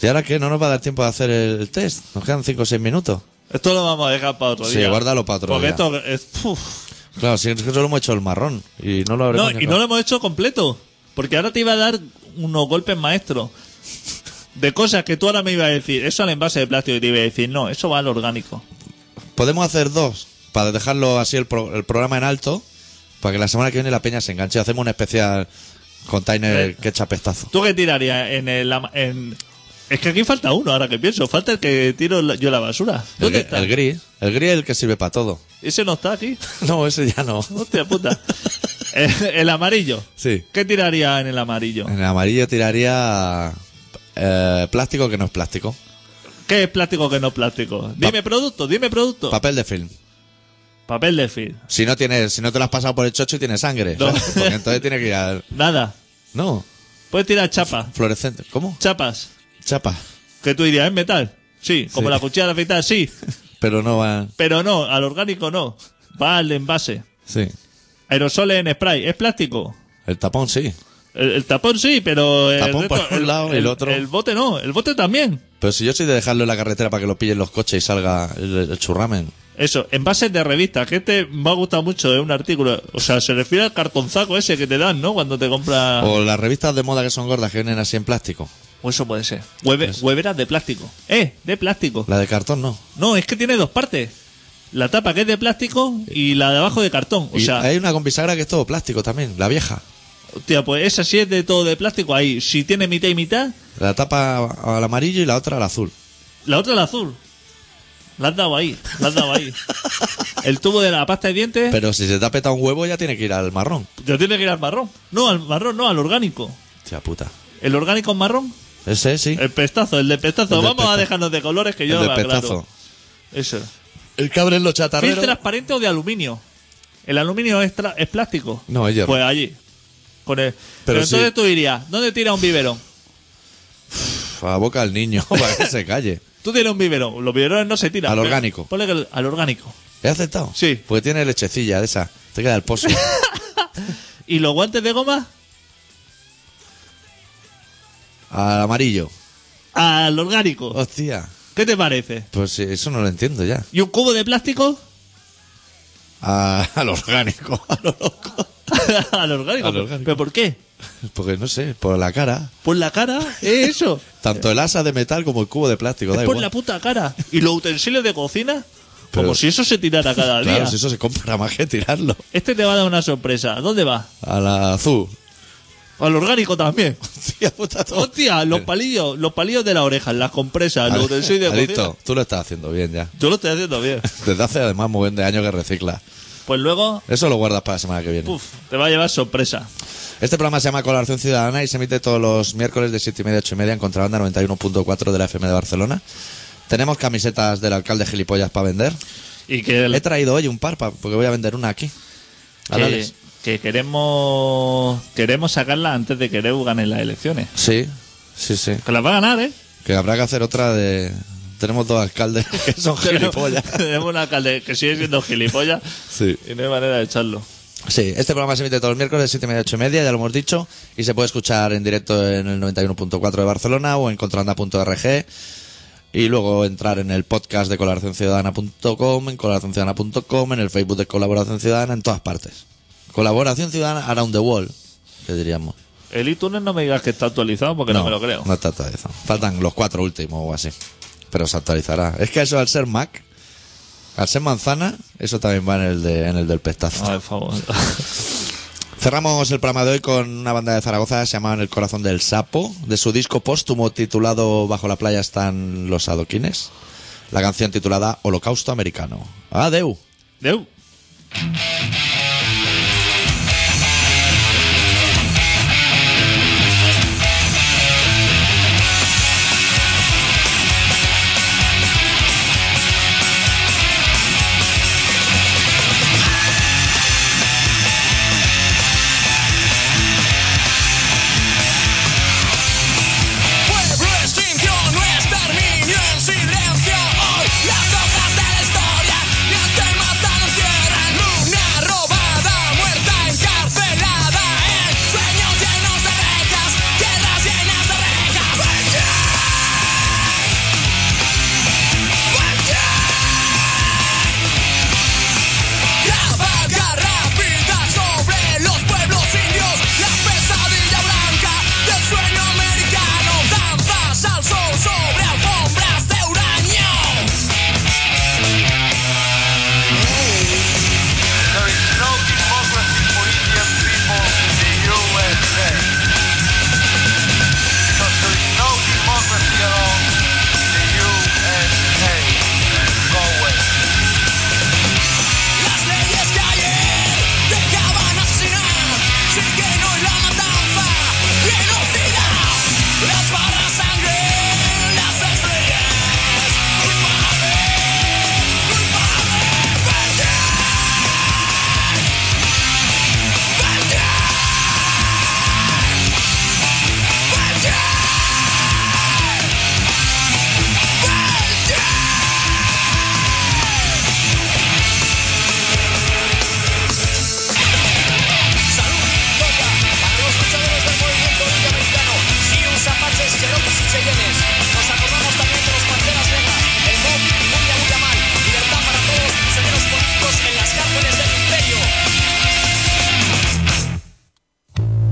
¿Y ahora qué? ¿No nos va a dar tiempo de hacer el test? Nos quedan 5 o 6 minutos. Esto lo vamos a dejar para otro Sí, día. guárdalo para otro Porque día. esto... es- uf. Claro, si es que solo hemos hecho el marrón y no lo habremos No, y no lo hemos hecho completo. Porque ahora te iba a dar unos golpes maestros. De cosas que tú ahora me ibas a decir. Eso al envase de plástico y te iba a decir, no, eso va al orgánico. Podemos hacer dos para dejarlo así el, pro- el programa en alto para que la semana que viene la peña se enganche. Hacemos un especial container Sí. que echa pestazo. ¿Tú qué tirarías en el... ama- en- Es que aquí falta uno, ahora que pienso. Falta el que tiro la- yo la basura. El, ¿Dónde gri- está? el gris. El gris es el que sirve para todo. Ese no está aquí. No, ese ya no. Hostia puta. el, el amarillo. Sí. ¿Qué tiraría en el amarillo? En el amarillo tiraría eh, plástico que no es plástico. ¿Qué es plástico que no es plástico? Dime producto, dime producto. Papel de film. Papel de film. Si no tienes, si no te lo has pasado por el chocho y tienes sangre. No. ¿sabes? Porque entonces tiene que ir al... Nada. No, Puedes tirar chapa. fluorescente. ¿Cómo? Chapas. Chapa. Que tú dirías, ¿es metal? Sí. Como Sí. la cuchilla de afeitar, sí. Pero no va... Pero no, al orgánico no. Va al envase. Sí. Aerosoles en spray. ¿Es plástico? El tapón sí. El, el tapón sí, pero el, Tapón por un lado, el otro. El bote no, el bote también. Pero si yo soy de dejarlo en la carretera para que lo pillen los coches y salga el, el churramen. Eso, envases de revistas, que este me ha gustado mucho, es un artículo. O sea, se refiere al cartonzaco ese que te dan, ¿no? Cuando te compras. O las revistas de moda que son gordas que vienen así en plástico. O eso puede ser. Hueve- Hueveras de plástico. ¡Eh! De plástico. La de cartón no. No, es que tiene dos partes. La tapa que es de plástico y la de abajo de cartón. O y sea, hay una con bisagra que es todo plástico también, la vieja. hostia, pues esa sí es de todo de plástico. Ahí, si tiene mitad y mitad, La tapa al amarillo y la otra al azul. la otra la azul. La has dado ahí, la has dado ahí. El tubo de la pasta de dientes. Pero si se te ha petado un huevo ya tiene que ir al marrón. Yo tiene que ir al marrón. No, al marrón, no, al orgánico. Hostia puta. ¿El orgánico es marrón? Ese sí. El pestazo, el de pestazo. El del Vamos pestazo. a dejarnos de colores que Eh, yo el no de me pestazo. aclaro. Eso. El cabre en los chatarreros. ¿Film transparente o de aluminio? El aluminio es, tra- es plástico. No, es hierro. Pues allí. Con el... Pero, entonces sí. tú dirías, ¿dónde tira un biberón? Pf, A boca al niño para que se calle. Tú tienes un biberón. Los biberones no se tiran. Al Pero- orgánico. Ponle que el- al orgánico. ¿He aceptado? Sí. Porque tiene lechecilla de esa. Te queda el pozo. ¿Y los guantes de goma? Al amarillo. Al orgánico. Hostia. ¿Qué te parece? Pues sí, eso no lo entiendo ya. ¿Y un cubo de plástico? A- al orgánico. A lo loco. al orgánico. Al orgánico. ¿Pero por qué? Porque no sé, por la cara. Por la cara, es eso. Tanto el asa de metal como el cubo de plástico. Es da por igual. la puta cara. ¿Y los utensilios de cocina? Pero- Como si eso se tirara cada día. Claro, si eso se compra más que tirarlo. Este te va a dar una sorpresa. ¿A ¿Dónde va? A la azul. Al orgánico también. Hostia, puta todo. Eh, Hostia, los palillos, los palillos de las orejas, las compresas, los utensilios de Adicto, cocina. tú lo estás haciendo bien ya. Yo lo estoy haciendo bien. Desde hace además muy bien de años que recicla. Pues luego, Eso lo guardas para la semana que viene. puf, te va a llevar sorpresa. Este programa se llama Colaboración Ciudadana y se emite todos los miércoles de 7 y media a 8 y media en Contrabanda 91.4 de la FM de Barcelona. Tenemos camisetas del alcalde gilipollas para vender. Y que, He traído hoy un par pa- porque voy a vender una aquí. Ah, Al que, Alex. que queremos queremos sacarla antes de que Reu gane las elecciones. Sí, sí, sí. Que las va a ganar, ¿eh? Que habrá que hacer otra de... Tenemos dos alcaldes que son gilipollas. Tenemos un alcalde que sigue siendo gilipollas Sí. y no hay manera de echarlo. Sí, este programa se emite todos los miércoles de 7 y media a 8 y media, ya lo hemos dicho, y se puede escuchar en directo en el 91.4 de Barcelona o en contraanda.org y luego entrar en el podcast de colaboracionciudadana.com, en colaboracionciudadana.com, en el Facebook de Colaboración Ciudadana, en todas partes. Colaboración Ciudadana around the world, que diríamos. El iTunes no me digas que está actualizado porque no, me lo creo. No está actualizado. Faltan los cuatro últimos o así, pero se actualizará. Es que eso al ser Mac, al ser manzana, eso también va en el, de, en el del pestazo. Ay, por favor. Cerramos el programa de hoy con una banda de Zaragoza llamada En el corazón del sapo. De su disco póstumo titulado Bajo la playa están los adoquines. La canción titulada Holocausto Americano. Adeu. Deu. Cabalga rápida sobre los pueblos indios, la pesadilla blanca del sueño americano, danzas al sol sobre alfombras de uranio. There is no democracy for Indian people in the USA. Because there is no democracy at all in the USA. Go away. Las leyes que ayer dejaban asesinar siguen hoy la matanza genocida. Las barras sangre, las estrellas. Culpable, culpable, vete, vete, vete, vete. Salud, coca, para los luchadores del movimiento indio americano. Si usa paches, cherokees y cheyennes.